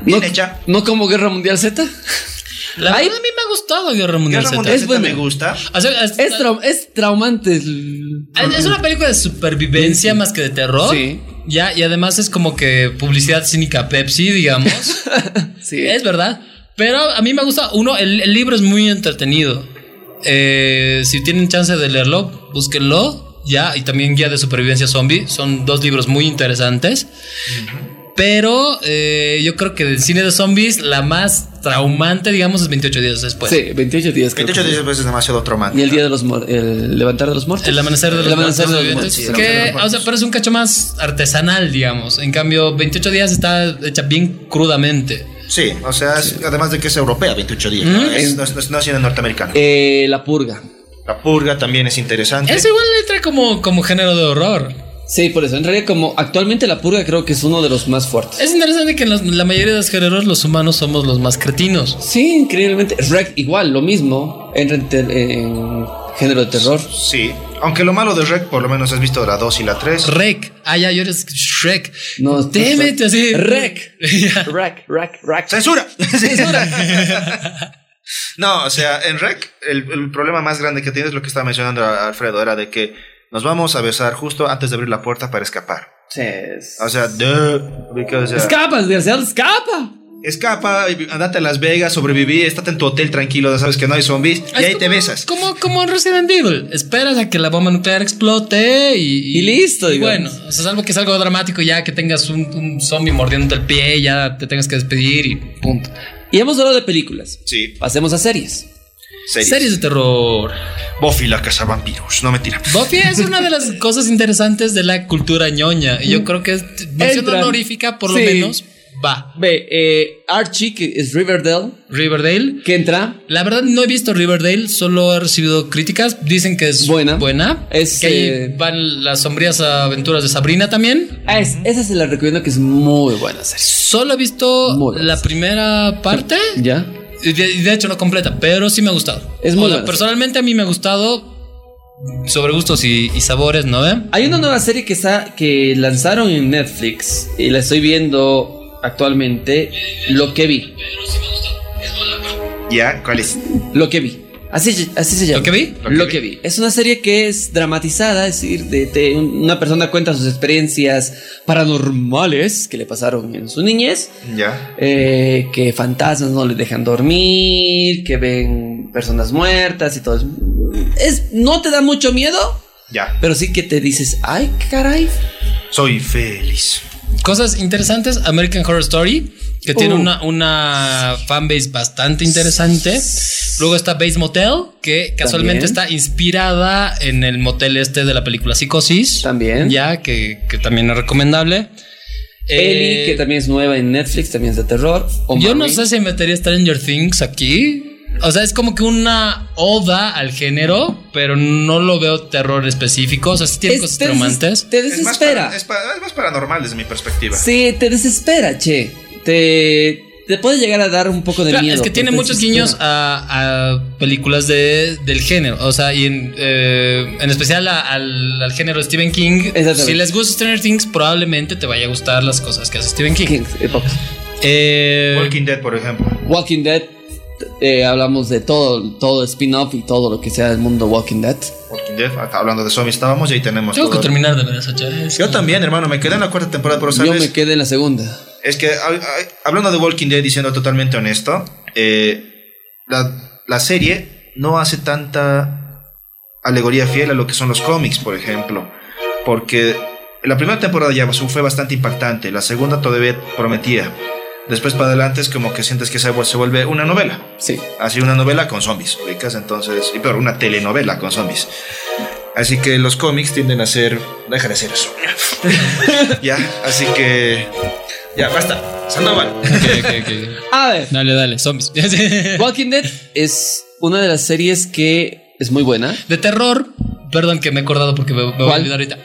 Bien no, hecha. no como Guerra Mundial Z. La Ay. verdad a mí me ha gustado Guerra Mundial Guerra Z. Mundial Es Z buena. me gusta. O sea, es- Es, trau- es traumante. el- Ah, Es una película de supervivencia más que de terror. Sí. Ya, y además es como que publicidad cínica Pepsi, digamos. Sí. Es verdad. Pero a mí me gusta. Uno, el, el libro es muy entretenido. Eh, si tienen chance de leerlo, búsquenlo. Ya, y también Guía de Supervivencia Zombie. Son dos libros muy interesantes. Pero eh, yo creo que del cine de zombies, la más traumante, digamos, es 28 días después. sí, 28 días. creo 28 que días fue. veces es demasiado traumático. Y el día de los muertos. El levantar de los muertos. El amanecer de los El amanecer de los muertos muertos. sí, vivientes, el que, amanecer de los muertos. o sea, pero es un cacho más artesanal, digamos. En cambio, 28 días está hecha bien crudamente. Sí, o sea, es- además de que es europea, 28 días. ¿no? Es, no, es, no es- no es cine norteamericano. Eh, la purga. La purga también es interesante. Eso igual le entra como, como género de horror. Sí, por eso. En realidad, como actualmente la purga creo que es uno de los más fuertes. Es interesante que en los- la mayoría de los géneros los humanos somos los más cretinos. Sí, increíblemente. Rec igual, lo mismo. Entra en, ter- en género de terror. Sí, aunque lo malo de Rec, por lo menos has visto la 2 y la 3. Rec. Ah, ya, yo eres Shrek. No, No, témete así. Rec. Ya. Rack, rack, rack. ¡Censura! no, o sea, en Rec, el, el problema más grande que tiene es lo que estaba mencionando a- Alfredo, era de que nos vamos a besar justo antes de abrir la puerta para escapar. O sea, duh, porque, o sea, Escapa, desgraciado, escapa. escapa, y- andate a Las Vegas, sobreviví, estate en tu hotel tranquilo, ya sabes que no hay zombies, y Es ahí te como- besas. Como, como en Resident Evil. Esperas a que la bomba nuclear explote y. Y listo, y digamos. bueno, o sea, salvo que es algo dramático ya que tengas un, un zombie mordiéndote el pie, ya te tengas que despedir y punto. Y hemos hablado de películas. Sí, Pasemos a series. series. Series de terror. Buffy la casa vampiros, no mentira. Buffy es una de las cosas interesantes de la cultura ñoña. Y yo creo que es mención Mm. Entra. honorífica, por lo Sí. menos, va. Ve, eh, Archie, que es Riverdale, Riverdale. que entra. La verdad no he visto Riverdale, solo he recibido críticas. Dicen que es Buena. buena. Es, que ahí eh, van las sombrías aventuras de Sabrina también. Ah, es- esa se la recomiendo que es muy buena serie. Solo he visto Muy buena. la primera parte. ¿Ya? Y de, y de hecho no completa, pero sí me ha gustado. Es muy O sea, buena. Personalmente a mí me ha gustado sobre gustos y, y sabores, ¿no? ve? Hay una nueva serie que, sa- que lanzaron en Netflix y la estoy viendo actualmente. Lo que vi. ¿Ya? ¿Cuál es? Lo que vi. Así, así se llama. ¿Lo que vi? Lo que vi. Es una serie que es dramatizada, es decir, de, de un- una persona cuenta sus experiencias paranormales que le pasaron en su niñez. ¿Ya? eh, que fantasmas no les dejan dormir, que ven personas muertas y todo. eso. Es, no te da mucho miedo, Ya. Pero sí que te dices, ay, caray. Soy feliz. Cosas interesantes, American Horror Story, que tiene Uh. una, una fanbase bastante interesante. Luego está Base Motel, que casualmente También. está inspirada en el motel este de la película Psicosis. También. Ya, que, que también es recomendable. Eli, Eh, que también es nueva en Netflix, también es de terror. O Yo no Mami. sé si metería Stranger Things aquí. O sea, es como que una oda al género, pero no lo veo terror específico. O sea, sí tiene Este Es- cosas te des- traumantes. Te Es más, desespera. para- es pa- es más paranormal desde mi perspectiva. Sí, te desespera, che. Te, te puede llegar a dar un poco de Claro, miedo. es que pero tiene te muchos desespera. guiños a, a películas de, del género. O sea, y en, eh, en especial a- al, al género Stephen King. Exactamente. Si les gusta Stranger Things, probablemente te vaya a gustar las cosas que hace Stephen King. King, épocas. Eh, Walking Dead, por ejemplo. Walking Dead. eh, hablamos de todo, todo spin-off y todo lo que sea del mundo Walking Dead. Walking Dead, acá hablando de zombies estábamos y ahí tenemos tengo que todo. terminar de ver esa chava. Yo también, hermano, me quedé en la cuarta temporada, pero sabes, Yo me quedé en la segunda. es que ay, ay, hablando de Walking Dead y siendo totalmente honesto, eh, la, la serie no hace tanta alegoría fiel a lo que son los cómics, por ejemplo, porque la primera temporada ya su- fue bastante impactante, la segunda todavía prometía. Después para adelante es como que sientes que se vu- se vuelve una novela. Sí. Así una novela con zombies, ubicas entonces, y peor, una telenovela con zombies. Así que los cómics tienden a ser, deja de ser eso. ya, así que ya basta. Sandoval. A ver, Dale, dale, zombies. Walking Dead es una de las series que es muy buena. De terror, perdón que me he acordado porque me, me voy a ¿Cuál? olvidar ahorita.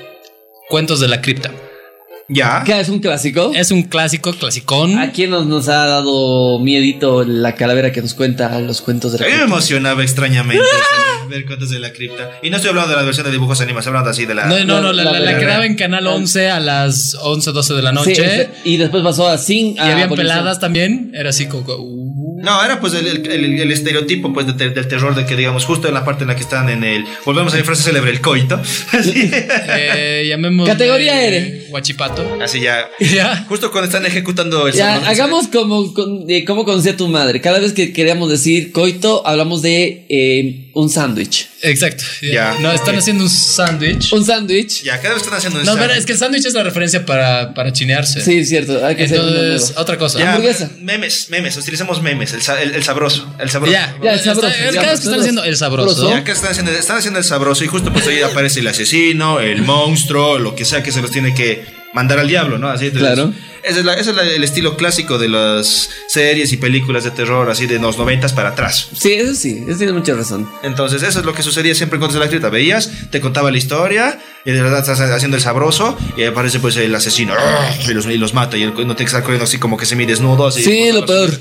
Cuentos de la cripta. Ah. Ya. Que es un clásico. Es un clásico, clasicón. ¿A quién nos, nos ha dado miedito la calavera que nos cuenta los cuentos de A la mí me cripta? emocionaba extrañamente sí, ver cuentos de la cripta. Y no estoy hablando de la versión de dibujos animados, hablando así de la. No, no, no, La- la, la- la- la- la que la- daba en Canal 11 a las 11, 12 de la Sí, noche. es- y después pasó a Sin. y habían peladas también. Era así como... uh. No, era pues el, el- el- el estereotipo pues de ter- del terror de que digamos justo en la parte en la que están en el volvemos a mi frase célebre el coito así, Eh, llamemos... Categoría eh, R. Guachipato. así ya Ya. justo cuando están ejecutando el Ya, San Lorenzo. hagamos como, con, eh, como conocía tu madre. Cada vez que queríamos decir coito, hablamos de eh, un sándwich. Exacto. Ya. No, están haciendo un sándwich. Un sándwich. ya cada vez están haciendo un No, pero sándwich. es que el sándwich es la referencia para, para chinearse. Sí, es cierto. Hay que hacer uno Entonces, nuevo. otra cosa. Ya, Hamburguesa. Memes, memes, utilicemos memes, el, sa- el- el sabroso, el sabroso. Ya, Ya, el sabroso, Está- ya, cada vez que están sabroso. haciendo el sabroso. Ya que están haciendo, están haciendo el sabroso y justo pues ahí aparece el asesino, el monstruo, lo que sea que se los tiene que mandar al diablo, ¿no? Así entonces, Claro. Ese es, la- ese es la- el estilo clásico de las series y películas de terror así de los noventas para atrás. Sí, eso sí, eso tiene mucha razón. Entonces eso es lo que sucedía siempre en Contra de la Cripta. Veías, te contaba la historia y de verdad estás haciendo el sabroso y ahí aparece pues el asesino ¡ah! y los, y los mata y el, no te está corriendo así como que semidesnudo. Así, Sí, lo peor.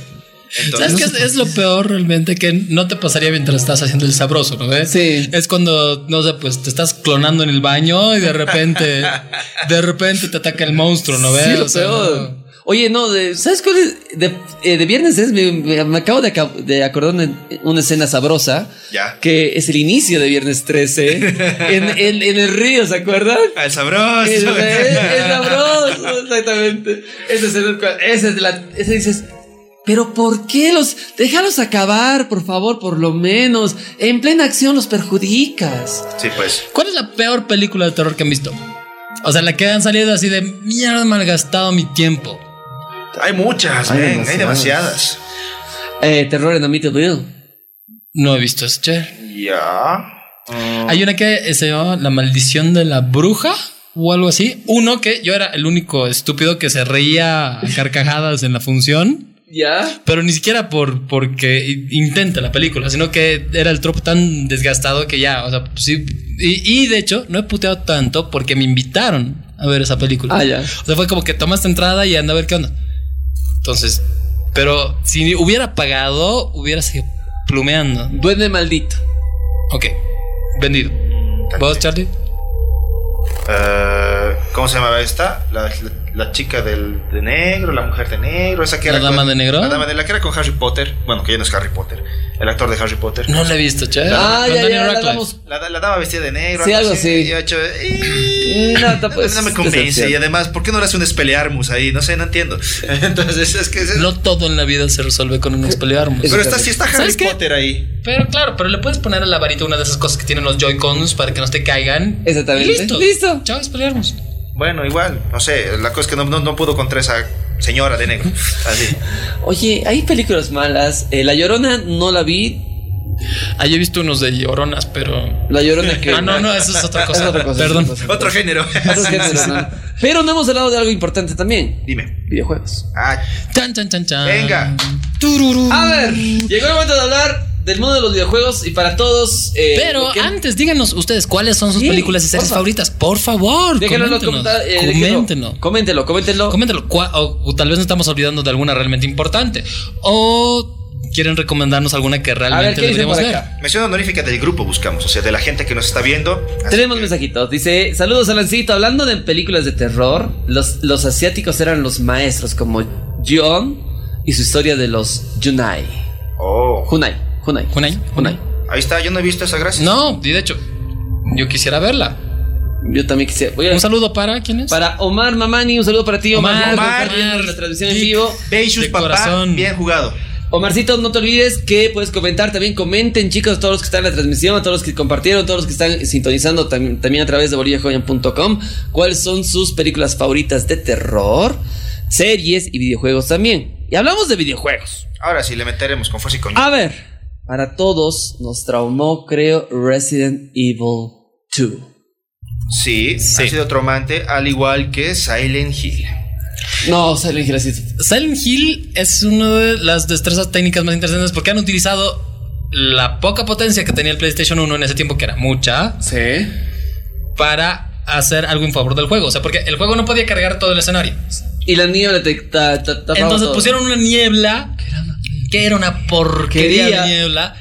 Entonces, ¿Sabes qué es, es lo peor realmente? Que no te pasaría mientras estás haciendo el sabroso, ¿no ves? Sí. Es cuando, no sé, pues te estás clonando en el baño y de repente, de repente te ataca el monstruo, ¿no ves? Sí, lo O sea, peor. no. Oye, no, de- ¿sabes cuál es? De, eh, de viernes es, me, me- me acabo de, acab- de acordar una, una escena sabrosa Ya. que es el inicio de viernes 13 en, en- en el río, ¿se acuerdan? El Ah, sabroso. Es, es- es sabroso, exactamente. Esa escena es cual- esa es la. Esa dices. Pero ¿por qué los? Déjalos acabar, por favor, por lo menos. En plena acción los perjudicas. Sí, pues. ¿Cuál es la peor película de terror que han visto? O sea, la que han salido así de mierda, malgastado mi tiempo. Hay muchas, Hay men, demasiadas. hay demasiadas. Eh, terror en Amityville. No he visto eso, che. Ya. Hay una que eh, se llamaba La Maldición de la Bruja o algo así. Uno que yo era el único estúpido que se reía a carcajadas en la función. ¿Ya? Pero ni siquiera por porque i- intenta la película, sino que era el tropo tan desgastado que ya, o sea, sí. Y, y de hecho, no he puteado tanto porque me invitaron a ver esa película. Ah, ya. O sea, fue como que tomaste entrada y anda a ver qué onda. Entonces, pero si hubiera pagado, hubiera seguido plumeando. Duende maldito. Ok, vendido. ¿Vos, Charlie? Eh, ¿Cómo se llamaba esta? La, la, la chica del, de negro, la mujer de negro, esa que ¿La era dama con- de negro? La dama de la que era con Harry Potter. Bueno, que ya no es Harry Potter. El actor de Harry Potter. No la he visto, che. Ah, Con ya, Daniel ya, la Radcliffe. damos. La, da- la dama vestida de negro. Sí, algo así. y yo he hecho, "Eh, Mm, No, pues, No, tampoco es- pues no me es convence. esencial. Y además, ¿por qué no le hace un espelearmus ahí? No sé, no entiendo. Entonces, es que. es- No todo en la vida se resuelve con un expelliarmus. pero está, sí está Harry ¿Sabes qué? Potter ahí. Pero claro, pero le puedes poner a la varita una de esas cosas que tienen los Joy-Cons para que no te caigan. Exactamente. Y Listo. Listo. Chao, expelliarmus. Bueno, igual, no sé. La cosa es que no, no, no pudo contra esa señora de negro. Así. Oye, hay películas malas. Eh, la Llorona no la vi. Ah, yo he visto unos de lloronas, pero. La Llorona que. Ah, no, no, eso es otra cosa. Es otra cosa, Perdón. es otra cosa. Otro género. Otros géneros, ¿no? Pero no hemos hablado de algo importante también. Dime. Videojuegos. Ah, Chan, chan, chan, chan. venga. Tururú. A ver, llegó el momento de hablar del mundo de los videojuegos y para todos. eh, Pero lo que- antes, díganos ustedes cuáles son sus Sí, películas y series porfa. favoritas. Por favor, déjenlo en los coméntenos. comenta- eh, déjenlo- coméntenos. Coméntenlo, coméntenlo. Coméntenlo. Cua- O, o tal vez nos estamos olvidando de alguna realmente importante. O quieren recomendarnos alguna que A ver, realmente ¿qué dicen deberíamos por ver. acá? Mención honorífica del grupo buscamos, o sea, de la gente que nos está viendo. Así Tenemos que- mensajitos. Dice, saludos Alancito. Hablando de películas de terror, los, los asiáticos eran los maestros como John y su historia de los Junai. Oh, Junai, Junai. ¿Junai? Junai. ahí está, yo no he visto esa gracia. No, y de hecho, yo quisiera verla. Yo también quisiera. voy a- Un saludo para quién es? para Omar Mamani, un saludo para ti, Omar. Omar, Omar, Omar, viendo la transmisión en geek. vivo. Beijus, De papá, corazón. bien jugado. Omarcito, no te olvides que puedes comentar también. Comenten, chicos, a todos los que están en la transmisión, a todos los que compartieron, a todos los que están sintonizando tam- también a través de bolillajoyan.com. ¿Cuáles son sus películas favoritas de terror, series y videojuegos también? Y hablamos de videojuegos. Ahora sí, le meteremos con fuerza y con... A ver, para todos nos traumó, creo, Resident Evil 2. sí, Sí. ha sido traumante, al igual que Silent Hill. No, Silent Hill así es. Silent Hill es una de las destrezas técnicas más interesantes porque han utilizado la poca potencia que tenía el PlayStation 1 en ese tiempo, que era mucha, Sí. para hacer algo en favor del juego. O sea, porque el juego no podía cargar todo el escenario. Y la niebla te ta- ta- tapaba Entonces todo. pusieron una niebla, que era una porquería Quería. de niebla.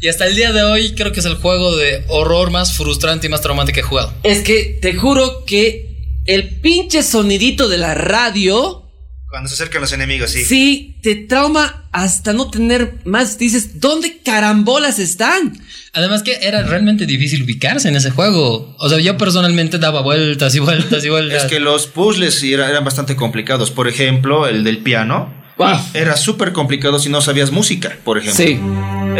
Y hasta el día de hoy creo que es el juego de horror más frustrante y más traumático que he jugado. Es que te juro que el pinche sonidito de la radio Cuando se acercan los enemigos, sí. sí. te trauma hasta no tener más. Dices, ¿dónde carambolas están? Además que era realmente difícil ubicarse en ese juego. O sea, yo personalmente daba vueltas y vueltas y vueltas. Es que los puzzles sí era- eran bastante complicados. Por ejemplo, el del piano. Era súper complicado si no sabías música, por ejemplo. Sí.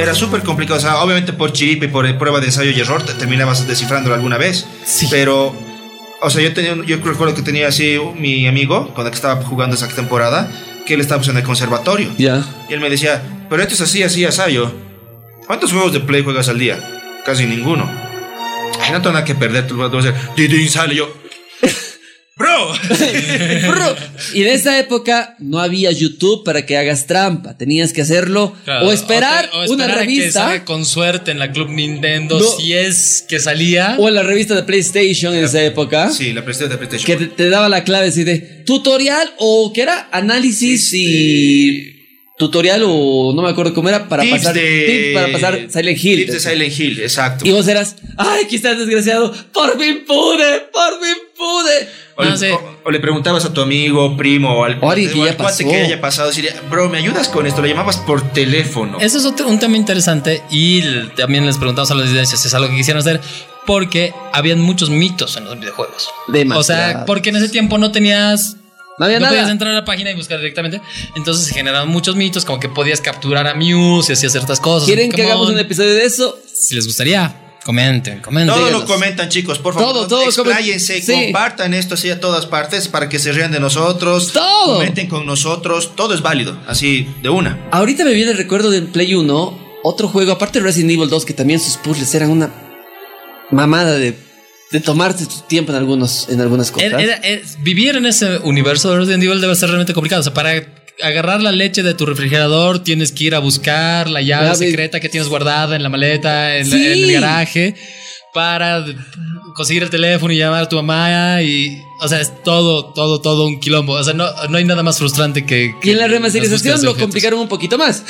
Era súper complicado. O sea, obviamente por chiripa y por prueba de ensayo y error te terminabas descifrándolo alguna vez. Sí. Pero, o sea, yo, tenía, un- yo recuerdo que tenía así un- mi amigo, cuando estaba jugando esa temporada, que él estaba pues, en el conservatorio. Ya. Y él me decía, pero esto es así, así, asayo. ¿Cuántos juegos de Play juegas al día? Casi ninguno. Ay, no tengo nada que perder, tú vas a hacer. Didin sale yo. ¡Bro! Bro, y en esa época no había YouTube para que hagas trampa. Tenías que hacerlo Claro, o, esperar o- o una esperar a que revista. salga con suerte en la Club Nintendo, No. si es que salía. O en la revista de PlayStation en esa época. Sí, la PlayStation de PlayStation. Que te, te daba la clave así de tutorial o que era análisis y tutorial o no me acuerdo cómo era para Este, Tips pasar de- tips para pasar Silent Hill. Tips de Silent Hill, exacto. Y vos eras, ay, aquí estás desgraciado, por fin pude, por fin pude. O, le, Ah, sí. o- o le preguntabas a tu amigo, primo, o al, O alguien que o al ya cuate pasó. que haya pasado, decirle, bro, ¿me ayudas con esto? Lo llamabas por teléfono. Eso es otro, un tema interesante y l- también les preguntamos a las audiencias si es algo que quisieran hacer porque habían muchos mitos en los videojuegos. O sea, Demasiados. porque en ese tiempo no tenías... No había no podías nada. entrar a la página y buscar directamente. Entonces se generaron muchos mitos, como que podías capturar a Mew y hacías ciertas cosas. ¿Quieren que Pokémon. hagamos un episodio de eso? Si les gustaría, comenten, comenten. Todo lo díganos. comentan, chicos, por favor. Todo, todo, Expláyense, comen- sí. compartan esto así a todas partes para que se rían de nosotros. Todo. Comenten con nosotros, todo es válido, así de una. Ahorita me viene el recuerdo del Play 1, otro juego, aparte de Resident Evil 2, que también sus puzzles eran una mamada de, de tomarse tu tiempo en, algunos, en algunas cosas. Era- era- es- vivir en ese universo de Resident Evil debe ser realmente complicado. O sea, para agarrar la leche de tu refrigerador tienes que ir a buscar la llave Llave. secreta que tienes guardada en la maleta, en, la- Sí. en el garaje, para de- conseguir el teléfono y llamar a tu mamá. Y, o sea, es todo, todo, todo un quilombo. O sea, no, no hay nada más frustrante que... Y en la que las búsquedas remasterización de lo objetos. complicaron un poquito más.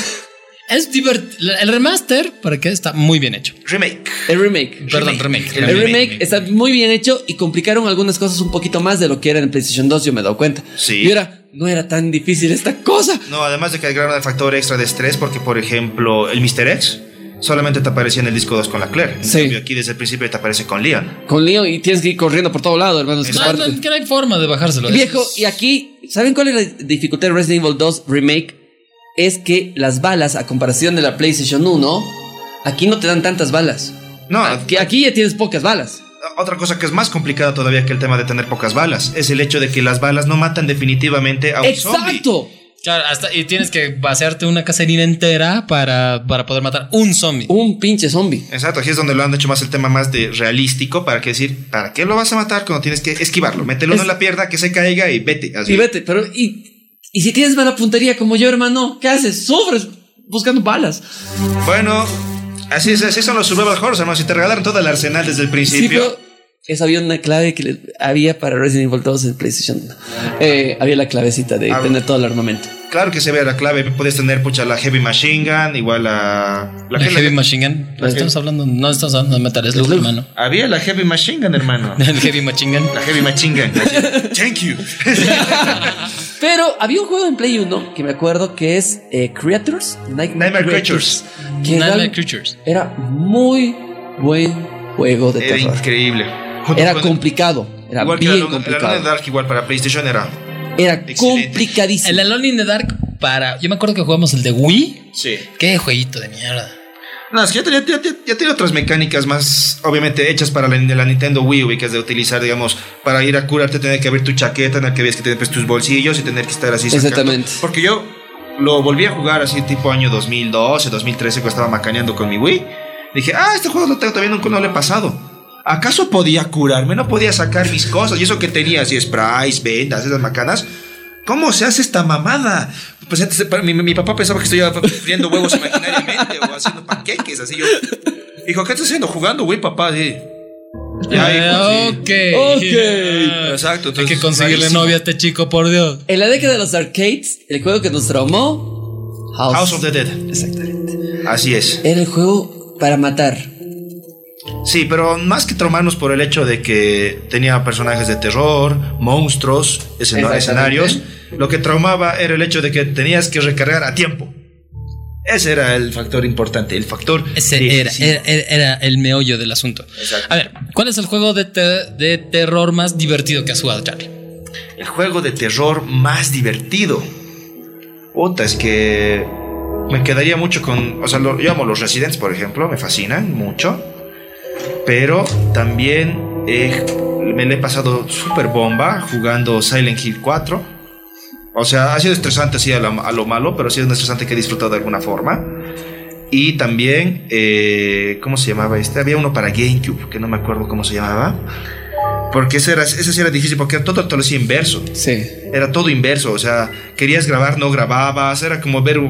Es divert- El remaster, ¿para qué? Está muy bien hecho. Remake. El remake. Perdón, remake. El El, remake. remake, está muy bien hecho y complicaron algunas cosas un poquito más de lo que era en PlayStation 2, yo me he dado cuenta. Sí. Y ahora, no era tan difícil esta cosa. No, además de que agregaron el factor extra de estrés, porque por ejemplo, el Mr. X solamente te aparecía en el disco 2 con la Claire. En Sí. cambio, aquí desde el principio te aparece con Leon. Con Leon y tienes que ir corriendo por todo lado, hermano. es que No, parte. no, que no hay forma de bajárselo. Y Viejo, Eso y aquí, ¿saben cuál es la dificultad de Resident Evil 2 Remake? Es que las balas, a comparación de la PlayStation 1, aquí no te dan tantas balas. No, Aquí, aquí ya tienes pocas balas. otra cosa que es más complicada todavía que el tema de tener pocas balas es el hecho de que las balas no matan definitivamente a un zombie. ¡Exacto! es- Claro, hasta, y tienes que vaciarte una caserina entera para, para poder matar un zombie. Uh, Un pinche zombie. Exacto, aquí es donde lo han hecho más el tema más de realístico para que decir, ¿para qué lo vas a matar cuando tienes que esquivarlo? Mételo Es- en la pierna, que se caiga y vete. así. Y vete, pero. Y, y si tienes mala puntería como yo, hermano, ¿qué haces? Sobres buscando balas. Bueno, así, es, así son los survival horrors, hermano. Si te regalaron todo el arsenal desde el Sí, principio. pero. Esa había una clave que le- había para Resident Evil 2 en PlayStation 1. Eh, había la clavecita de Ah, tener todo el armamento. Claro que se ve la clave, puedes tener pucha la Heavy Machine Gun, igual la... La la- Heavy la- Machine Gun. La estamos hablando, no estamos hablando de Metal Slug, Slug. hermano. Había la Heavy Machine Gun, hermano. El Heavy Machine Gun. La Heavy Machine Gun. así, Thank you. Pero había un juego en Play 1 que me acuerdo que es eh, Creatures, Night- Nightmare Creatures. que era- Nightmare Creatures. Era muy buen juego de Era terror. increíble. Junto Era con- complicado, era igual que la bien Luna- la Luna complicado. Dark igual para PlayStation era... Era Excelente. complicadísimo. El Alone in the Dark para. Yo me acuerdo que jugamos el de Wii. Sí. Qué jueguito de mierda. No, es que ya, ya- ya- ya tiene otras mecánicas más, obviamente, hechas para la, la Nintendo Wii, U, que es de utilizar, digamos, para ir a curarte, tener que abrir tu chaqueta, en la que ves que tienes pues, tus bolsillos y tener que estar así. sacando. Exactamente. Porque yo lo volví a jugar así tipo año 2012, 2013, cuando estaba macaneando con mi Wii. Dije, ah, este juego lo tengo todavía, nunca no lo he pasado. ¿Acaso podía curarme? No podía sacar mis cosas. Y eso que tenía, así, sprays, vendas, esas macanas. ¿Cómo se hace esta mamada? Pues antes, para- mi, mi papá pensaba que estoy friendo huevos imaginariamente o haciendo panqueques, así yo. Dijo, ¿qué estás haciendo? Jugando, güey, papá, sí. Ya, Eh, hijo, sí. ok. Ah, Ok. Exacto, Hay que entonces, pues, conseguirle rarísimo. novia a este chico, por Dios. En la década de los arcades, el juego que nos traumó, House. House of the Dead. Exactamente. Así es. Era el juego para matar. Sí, pero más que traumarnos por el hecho de que tenía personajes de terror, monstruos, escena- Exactamente. escenarios, lo que traumaba era el hecho de que tenías que recargar a tiempo. Ese era el factor importante, el factor... Ese era, decisivo. era, era- era el meollo del asunto. Exacto. A ver, ¿cuál es el juego de, te- de terror más divertido que has jugado, Charlie? El juego de terror más divertido. Puta, es que me quedaría mucho con. O sea, lo- yo amo los Residents, por ejemplo, me fascinan mucho. Pero también eh, me le he pasado super bomba jugando Silent Hill 4. O sea, ha sido estresante, sí, a, la- a lo malo, pero ha sido un estresante que he disfrutado de alguna forma. Y también, eh, ¿cómo se llamaba este? Había uno para GameCube, que no me acuerdo cómo se llamaba. Porque ese, era, ese sí era difícil, porque era todo, todo lo hacía inverso Sí. era todo inverso, o sea, querías grabar, no grababas, era como ver,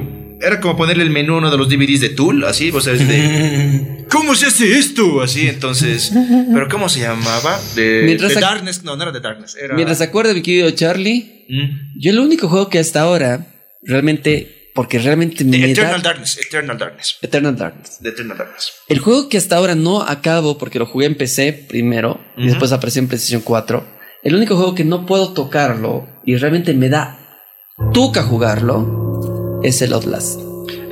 era como ponerle el menú a uno de los DVDs de Tool, así, o sea, es de, ¿cómo se hace esto? Así, entonces, pero ¿cómo se llamaba? De, Mientras de ac- Darkness, no, no era de Darkness, era... Mientras se acuerda mi querido Charlie, Mm. yo el único juego que hasta ahora realmente, porque realmente De me Eternal da- Darkness, Eternal Darkness, Eternal Darkness. de Eternal Darkness. El juego que hasta ahora no acabo porque lo jugué en PC primero y Ujú. después apareció en PlayStation 4. El único juego que no puedo tocarlo y realmente me da tuca jugarlo es el Outlast.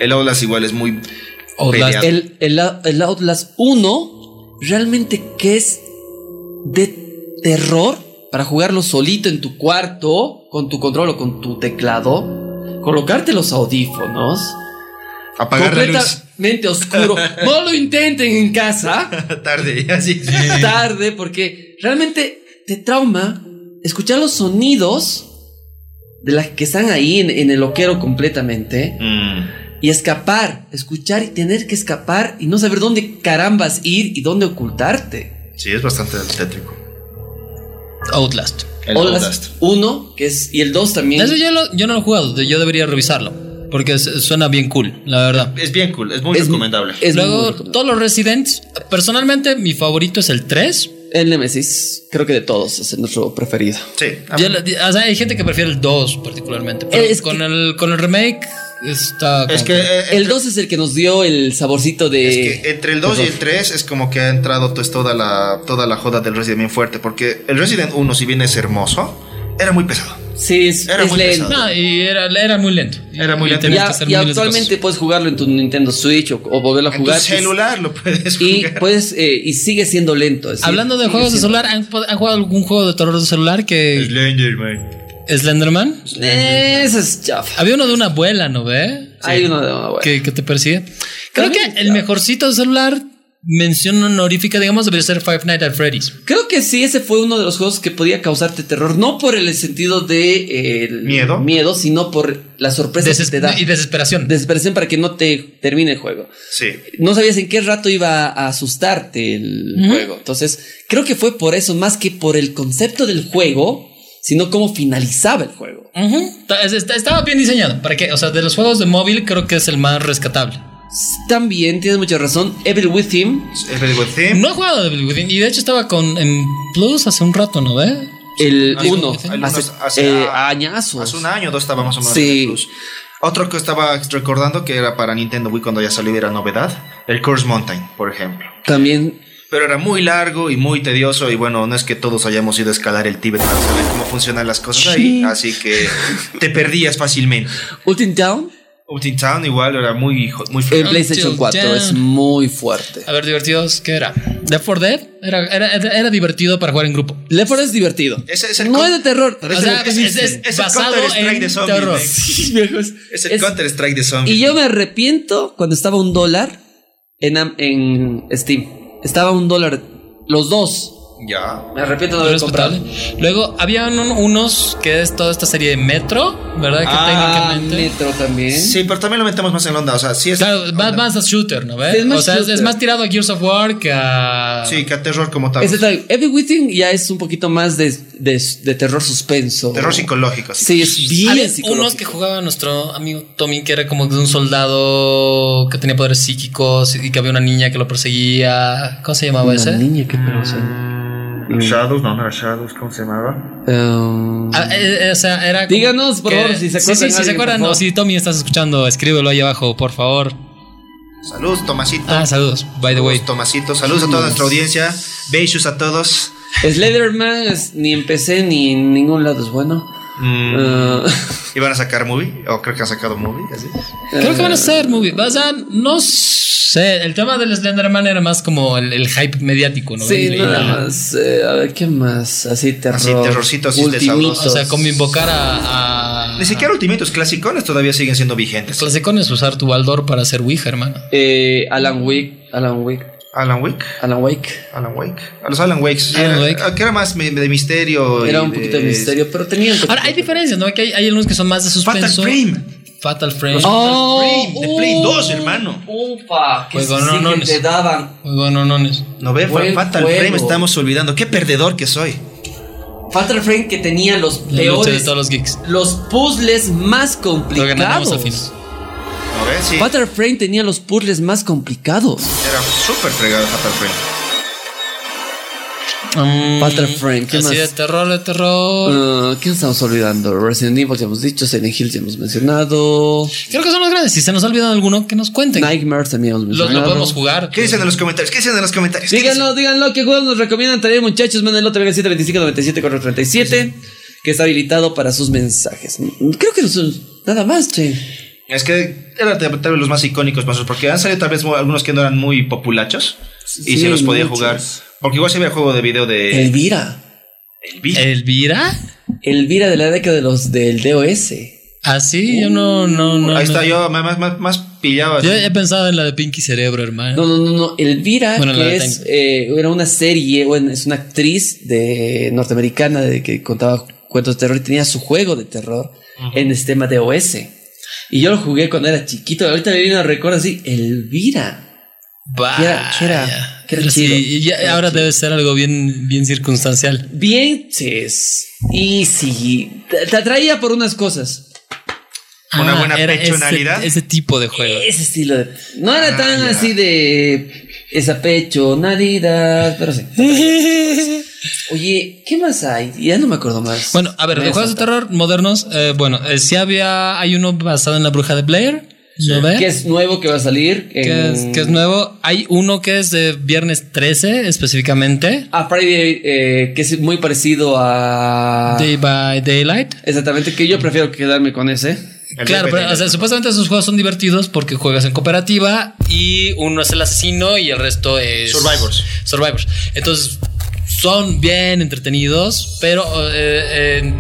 El Outlast igual es muy... Outlast. peleado. El, el, el Outlast 1 realmente que es de terror para jugarlo solito en tu cuarto con tu control o con tu teclado, colocarte los audífonos, Apagar la luz completamente oscuro. No lo intenten en casa. tarde, así. tarde porque realmente te trauma escuchar los sonidos de las que están ahí en, en el loquero completamente Mm. y escapar, escuchar y tener que escapar y no saber dónde carambas ir y dónde ocultarte. Sí, es bastante tétrico. Outlast. El O las Outlast. uno que es y el dos también. Eso yo, lo- yo no lo he jugado, yo debería revisarlo. Porque su- suena bien cool, la verdad. Es bien cool, es muy Es- recomendable. Es muy Luego, recomendable. todos los Residents. Personalmente, mi favorito es el 3. el Nemesis, creo que de todos es nuestro preferido. sí, a- Yo le- o sea, hay gente que prefiere el 2 particularmente. Pero Ah, Es con, que- el, con el remake Está Es como que, eh, El entre- 2 es el que nos dio el saborcito de. Es que eh, entre el 2 y el 3 es como que ha entrado pues toda la, toda la joda del Resident bien fuerte, porque el Resident 1, si bien es hermoso, era muy pesado. sí, es, Era es muy lento. pesado. No, y era, era muy lento. Era muy Y lento. tenías que Ya- hacer y miles de actualmente puedes jugarlo en tu Nintendo Switch o, o volverlo a En tu jugar. celular lo puedes y jugar. puedes, eh, y sigue siendo lento. es decir, Hablando de sigue juegos de siendo- celular, ¿han, pod- han jugado algún juego de terror de celular pues, que Slenderman. Slenderman? Eh, Esa es chafa. Había uno de una abuela, ¿no ve? Hay uno de una buena. Que, que te persigue. Creo que También, el mejorcito de celular, mención honorífica, digamos, debería ser Five Nights at Freddy's. Creo que sí, ese fue uno de los juegos que podía causarte terror, no por el sentido de eh, el Miedo. miedo, sino por la sorpresa Deses- Pues que te da. y desesperación. Desesperación para que no te termine el juego. Sí. No sabías en qué rato iba a asustarte el Ujú. juego. Entonces, creo que fue por eso, más que por el concepto del juego, sino cómo finalizaba el juego. Ujú. Ta- es- está- Estaba bien diseñado. ¿Para qué? O sea, de los juegos de móvil creo que es el más rescatable. También tienes mucha razón, Evil Within, Es Very Good Theme. No he jugado Devil Within y de hecho estaba con en Plus hace un rato, ¿no ve? el Hace- 1, hace hace, unos- hace- eh, ah, añazos. Hace un año o dos estaba más o menos Sí. en el Plus. Otro que estaba recordando que era para Nintendo Wii cuando ya salió y era novedad, el Curse Mountain, por ejemplo. También Pero era muy largo y muy tedioso y bueno, no es que todos hayamos ido a escalar el Tíbet para saber cómo funcionan las cosas ahí, así que te perdías fácilmente. Ultimate Down Ultimate Town igual era muy hijo- muy en fregado. PlayStation Until 4 Dawn. es muy fuerte. A ver, divertidos, ¿qué era? Left 4 Dead era, era, era- era divertido para jugar en grupo. Left 4 es divertido. Ese es el no con- es de terror. O sea, es, es- es es el basado Counter-Strike en de zombies, terror. ¿eh? viejos. Es el Es- Counter Strike de zombies. Y yo me arrepiento cuando estaba un dólar en, am- en Steam. Estaba un dólar los dos. Ya. Me arrepiento de Muy haber respetable. comprado. Luego habían un- unos que es toda esta serie de Metro, ¿verdad? Que Ah, técnicamente. Metro también. Sí, pero también lo metemos más en la onda, o sea, sí es... Claro, más, onda. más a shooter, ¿no ves? Sí, es más o sea, es- es shooter. más tirado a Gears of War que a. Sí, que a terror como tal. Ese tal- Every Within ya es un poquito más de, de- de terror suspenso. Terror psicológico. así. Sí, es Había bien unos psicológico. que jugaba nuestro amigo Tommy, que era como de un soldado que tenía poderes psíquicos y que había una niña que lo perseguía. ¿Cómo se llamaba Una ese? niña, qué penosa. Shadows, no, no era Shadows, ¿cómo se llamaba? Um, Ah, eh, eh, o sea, era como Díganos, por que- favor, si se Sí, acuerdan sí, si alguien, se acuerdan, por o si Tommy estás escuchando, escríbelo ahí abajo, por favor. Salud, Tomasito. Ah, saludos, by the way. Saludos, Tomasito. Saludos a toda nuestra audiencia. Beijos a todos. Slenderman es- ni empecé ni en ningún lado es bueno. Mm, Uh, ¿Iban a sacar movie? O creo que han sacado movie, así. Creo Eh, que van a ser movie. O sea, no sé. El tema del Slenderman era más como el, el hype mediático, ¿no? Sí, Y- y- nada más. Eh, a ver, ¿qué más? Así terror. Así, terrorcito, así de Ultimitos. sabroso. O sea, como invocar a. a Ni siquiera Ultimatos clasicones todavía siguen siendo vigentes. Clasicones, usar tu Baldor para hacer Ouija, hermano. Eh, Alan Wake. Alan Wake. Alan Wake. Alan Wake. Alan Wake. A los Alan Wakes. sí, Alan era- Wake. Que era más mi- de misterio. y Era un poquito de misterio, pero tenía. un poquito Ahora, hay de- diferencias, ¿no? Que hay, hay algunos que son más de Fatal suspenso. Frame. Fatal Frame. Oh, Frame, de Play uh, 2, hermano. Upa, que Juego, sí no, no, que te no. daban. Muy bueno, no, no. No ve, Buen Fatal juego. Frame estamos olvidando. Qué perdedor que soy. Fatal Frame que tenía los La lucha de peores. todos los geeks. Los puzzles más Lo ganamos al final. complicados. No ve, sí. Fatal Frame tenía los puzzles más complicados. Era súper fregado Fatal Frame. Mm, Fatal Frame, ¿qué así más? de terror, de terror. Uh, ¿Qué estamos olvidando? Resident Evil ya hemos dicho, Silent Hill ya hemos mencionado. Creo que son los grandes. Si se nos ha olvidado alguno, que nos cuenten. Nightmares también hemos Lo, mencionado. lo podemos jugar. ¿Qué dicen en los comentarios? ¿Qué dicen en los comentarios? ¿Qué dicen? Díganlo, díganlo, qué juegos nos recomiendan traer, muchachos. Manden el otro 725 97 437 que está habilitado para sus mensajes. Creo que no son nada más, Eh. che. Es que eran tal tal vez los más icónicos pasos, porque han salido tal vez mo- algunos que no eran muy populachos y Sí, se los podía muchos. jugar. Porque igual se veía juego de video de Elvira. Elvis. ¿Elvira? Elvira de la década de los del DOS. Así, Ah, yo Uh, no, no, no. Ahí no. está, yo más, más, más pillaba. Yo eh, he pensado en la de Pinky Cerebro, hermano. No, no, no, no. Elvira, Bueno, la que de es, eh, era una serie, bueno, es una actriz de norteamericana de que contaba cuentos de terror y tenía su juego de terror en este el sistema de OS. Y yo lo jugué cuando era chiquito. Ahorita me viene a recuerdo así, Elvira. Vaya. ¿Qué era? ¿Qué era? ¿Qué era Sí, chido? y ya- ¿Qué era ahora chido? debe ser algo bien, bien circunstancial. Bien, ches. Y sí, te, te atraía por unas cosas. Una Ah, buena era pechonalidad. Ese, ese tipo de juego. Ese estilo de... No era Ah, tan ya. así de... Esa pecho, nadidad, pero sí. Oye, ¿qué más hay? Ya no me acuerdo más. Bueno, a ver, Me de he juegos de saltado. terror modernos, eh, bueno, eh, sí había, hay uno basado en la bruja de Blair, ¿lo ve? ¿Qué es nuevo que va a salir? Que en- es, que es nuevo. Hay uno que es de viernes 13 específicamente, Ah, Friday, eh, que es muy parecido a... Day by Daylight. Exactamente, que yo prefiero quedarme con ese. El claro, Dead by pero o sea, Daylight. supuestamente esos juegos son divertidos porque juegas en cooperativa y uno es el asesino y el resto es... Survivors. Survivors. Entonces, son bien entretenidos, pero eh, eh,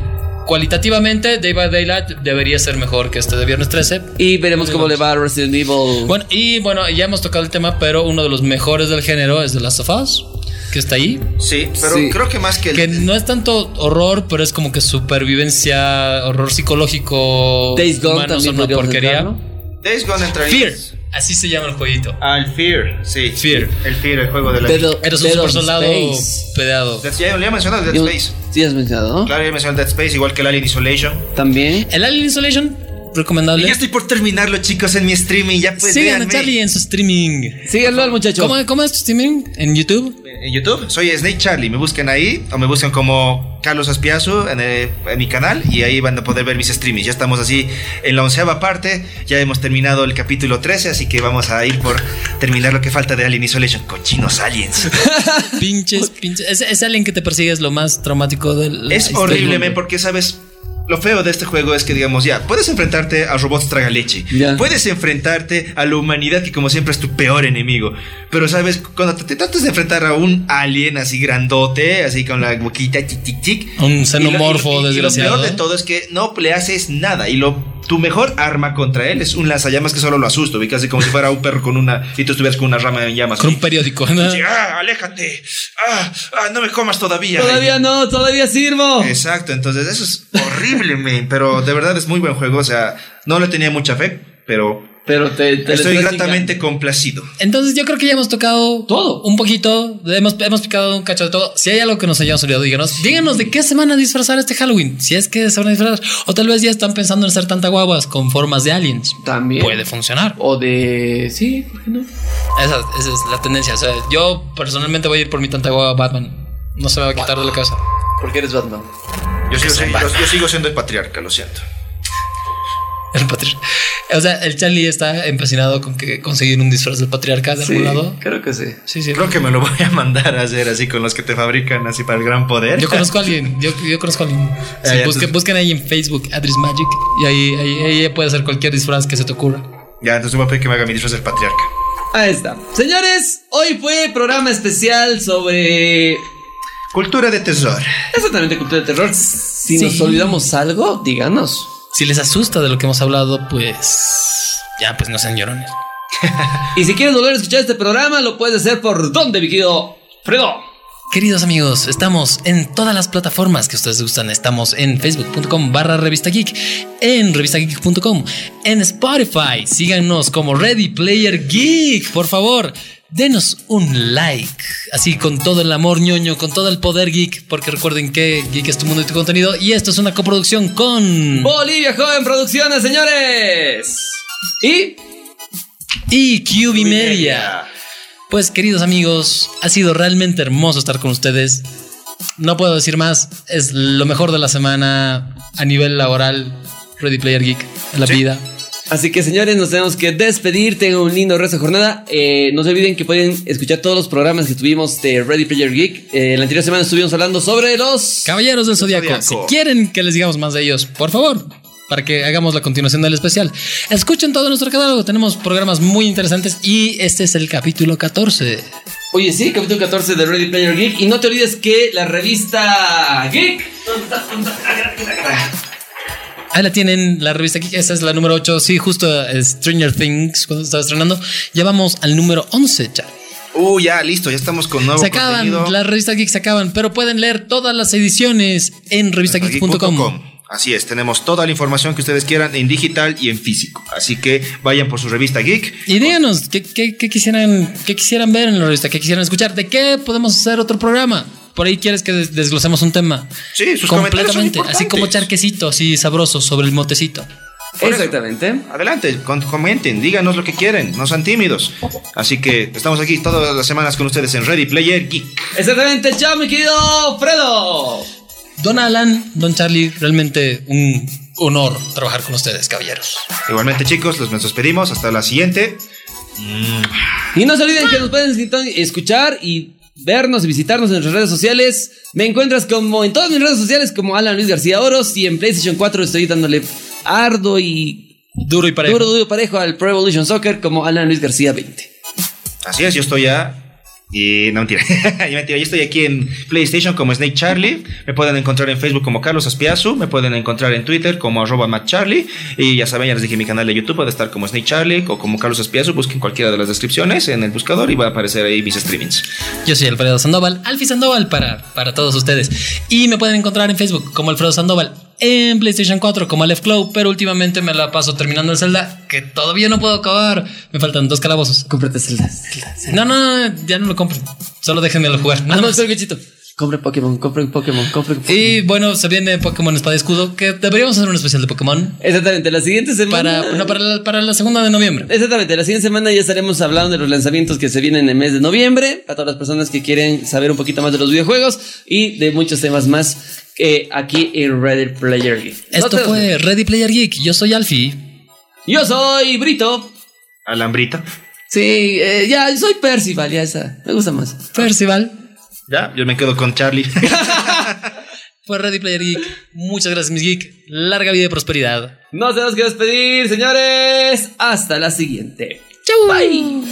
cualitativamente Day by Daylight debería ser mejor que este de viernes 13, Y veremos cómo le va a Resident Evil. Bueno, y bueno, ya hemos tocado el tema, pero uno de los mejores del género es The Last of Us, que está ahí. Sí, pero Sí. creo que más que el. Que no es tanto horror, pero es como que supervivencia, horror psicológico. Days Gone también humanos son una podríamos porquería. entrar, ¿no? Days Gone entraría- Fear, así se llama el jueguito. Ah, el Fear, sí. Fear. El Fear, el juego de la. Pero- Eres un Dead on super soldado Space. pedeado. Dead- ya, ya he mencionado Dead Yo- Space. Sí, has mencionado, ¿no? Claro, ya he mencionado Dead Space, igual que el Alien Isolation. También. El Alien Isolation, Y recomendable. ya estoy por terminarlo, chicos, en mi streaming. Ya pues, Sigan a véanme. Charlie en su streaming. Síganlo al muchacho. ¿Cómo, ¿Cómo es tu streaming? ¿En YouTube? En YouTube soy Snake Charlie, me buscan ahí o me buscan como Carlos Aspiazu en, eh, en mi canal y ahí van a poder ver mis streamings. Ya estamos así en la onceava parte, ya hemos terminado el capítulo 13, así que vamos a ir por terminar lo que falta de Alien Isolation. Cochinos aliens. Pinches, pinches. Ese, ese alien que te persigue es lo más traumático del. Es horrible, men, porque sabes. Lo feo de este juego es que, digamos, ya, puedes enfrentarte a robots tragaleche. Ya. Puedes enfrentarte a la humanidad, que como siempre es tu peor enemigo. Pero, ¿sabes? Cuando te, te tratas de enfrentar a un alien así grandote, así con la boquita, chic, chic, chic. y lo- Un y lo- y- xenomorfo, y desgraciado. ¿eh? Lo peor de todo es que no le haces nada. Y lo, tu mejor arma contra él es un lanzallamas que solo lo asusta. Casi como si fuera un perro con una. Y tú estuvieras con una rama en llamas. Con un periódico, ¿no? Sí, ¡Ah, aléjate! ¡Ah, ah, no me comas todavía! Todavía no, todavía sirvo. Exacto, entonces eso es horrible, men, pero de verdad es muy buen juego, o sea, no le tenía mucha fe, pero Pero te, te estoy le gratamente complacido. Entonces yo creo que ya hemos tocado Todo. un poquito, hemos, hemos picado un cacho de todo. Si hay algo que nos hayamos olvidado, díganos, díganos de qué se van a disfrazar este Halloween, si es que se van a disfrazar, o tal vez ya están pensando en hacer tanta guaguas con formas de aliens. También. Puede funcionar. O de. Sí, ¿por qué no? Esa, esa es la tendencia. O sea, yo personalmente voy a ir por mi tanta guagua Batman. No se me va a quitar de la cabeza. Porque eres Batman. Yo sigo, siendo, yo- yo sigo siendo el patriarca, lo siento. El patriar- O sea, el Charlie está empecinado con que conseguir un disfraz del patriarca de algún lado. creo que sí. Sí, sí. Creo que me lo voy a mandar a hacer así con los que te fabrican así para el gran poder. Yo conozco a alguien, yo, yo conozco a alguien. Sí, Ah, ya, busquen, entonces- busquen ahí en Facebook Adris Magic y ahí, ahí, ahí puede hacer cualquier disfraz que se te ocurra. Ya, entonces voy a pedir que me haga mi disfraz del patriarca. Ahí está. Señores, hoy fue programa especial sobre. Cultura de tesoro. Exactamente cultura de terror. Si Sí. nos olvidamos algo, díganos. Si les asusta de lo que hemos hablado, pues ya, pues no sean llorones. Y si quieres volver a escuchar este programa, lo puedes hacer por donde, mi querido Fredo. Queridos amigos, estamos en todas las plataformas que ustedes gustan. Estamos en facebook.com barra revista geek, en revistageek.com, en Spotify. Síganos como Ready Player Geek, por favor. Denos un like, así con todo el amor ñoño, con todo el poder geek, porque recuerden que geek es tu mundo y tu contenido. Y esto es una coproducción Mm. con... Bolivia Joven Producciones, señores. Y y QB Media. Pues queridos amigos, ha sido realmente hermoso estar con ustedes. No puedo decir más, es lo mejor de la semana a nivel laboral, Ready Player Geek, en la vida. Así que señores, nos tenemos que despedir. Tengan un lindo resto de jornada. Eh, no se olviden que pueden escuchar todos los programas que tuvimos de Ready Player Geek. Eh, la anterior semana estuvimos hablando sobre los... Caballeros del Zodiaco, Zodiaco. si quieren que les digamos más de ellos, por favor, para que hagamos la continuación del especial. Escuchen todo nuestro catálogo, tenemos programas muy interesantes y este es el capítulo 14. Oye, sí, capítulo 14 de Ready Player Geek. Y no te olvides que la revista Geek... Ahí la tienen, la revista aquí. Esa es la número 8. Sí, justo eh, Stranger Things, cuando se estaba estrenando. Ya vamos al número 11, Charlie. Uh, ya, listo, ya estamos con nuevo Se acaban, contenido. las revistas Geek se acaban, pero pueden leer todas las ediciones en revistageek.com. Geek.com. Así es, tenemos toda la información que ustedes quieran en digital y en físico. Así que vayan por su revista Geek. Y díganos, ¿qué, qué- qué quisieran, ¿qué quisieran ver en la revista? ¿Qué quisieran escuchar? ¿De qué podemos hacer otro programa? Por ahí quieres que des- desglosemos un tema. Sí, sus comentarios son Completamente. Así como importantes. charquecito, así sabroso, sobre el motecito. Por eso, Exactamente. Adelante, con- comenten, díganos lo que quieren, no sean tímidos. Así que estamos aquí todas las semanas con ustedes en Ready Player Geek. Exactamente, chao, mi querido Fredo. Don Alan, Don Charlie, realmente un honor trabajar con ustedes, caballeros. Igualmente, chicos, los nos despedimos. Hasta la siguiente. Y no se olviden que nos pueden sinton- escuchar y vernos y visitarnos en nuestras redes sociales. Me encuentras como en todas mis redes sociales como Alan Luis García Oros y en PlayStation 4 estoy dándole ardo y Duro y parejo. duro, duro parejo al Pro Evolution Soccer como Alan Luis García 20. Así es, yo estoy ya. Y no mentira, Y mentira, yo estoy aquí en PlayStation como Snake Charlie. Me pueden encontrar en Facebook como Carlos Aspiazu. Me pueden encontrar en Twitter como arroba Matt Charlie. Y ya saben, ya les dije mi canal de YouTube puede estar como Snake Charlie o como Carlos Aspiazu. Busquen cualquiera de las descripciones en el buscador y va a aparecer ahí mis streamings. Yo soy Alfredo Sandoval, Alfie Sandoval para, para todos ustedes. Y me pueden encontrar en Facebook como Alfredo Sandoval, en PlayStation 4 como Aleph Cloud, pero últimamente me la paso terminando el Zelda, que todavía no puedo acabar. Me faltan dos calabozos. Cómprate Zelda. Ah, No, no, no, ya no lo compren. Solo déjenmelo jugar. Nada Nada más más. el bichito. Compre Pokémon, compre Pokémon, compre Pokémon. Y bueno, se viene Pokémon Espada y Escudo, que deberíamos hacer un especial de Pokémon Exactamente, la siguiente semana. para, no, para, la, para la segunda de noviembre. Exactamente, la siguiente semana ya estaremos hablando de los lanzamientos que se vienen en el mes de noviembre, para todas las personas que quieren saber un poquito más de los videojuegos y de muchos temas más eh, aquí en Ready Player Geek. Esto Nos vemos. fue Ready Player Geek. Yo soy Alfie. Yo soy Brito. Alambrita. Sí, eh, ya, soy Percival, ya está. Me gusta más. Percival. Ya, yo me quedo con Charlie. Fue Ready Player Geek. Muchas gracias, mis geek. Larga vida y prosperidad. Nos tenemos que despedir, señores. Hasta la siguiente. Bye.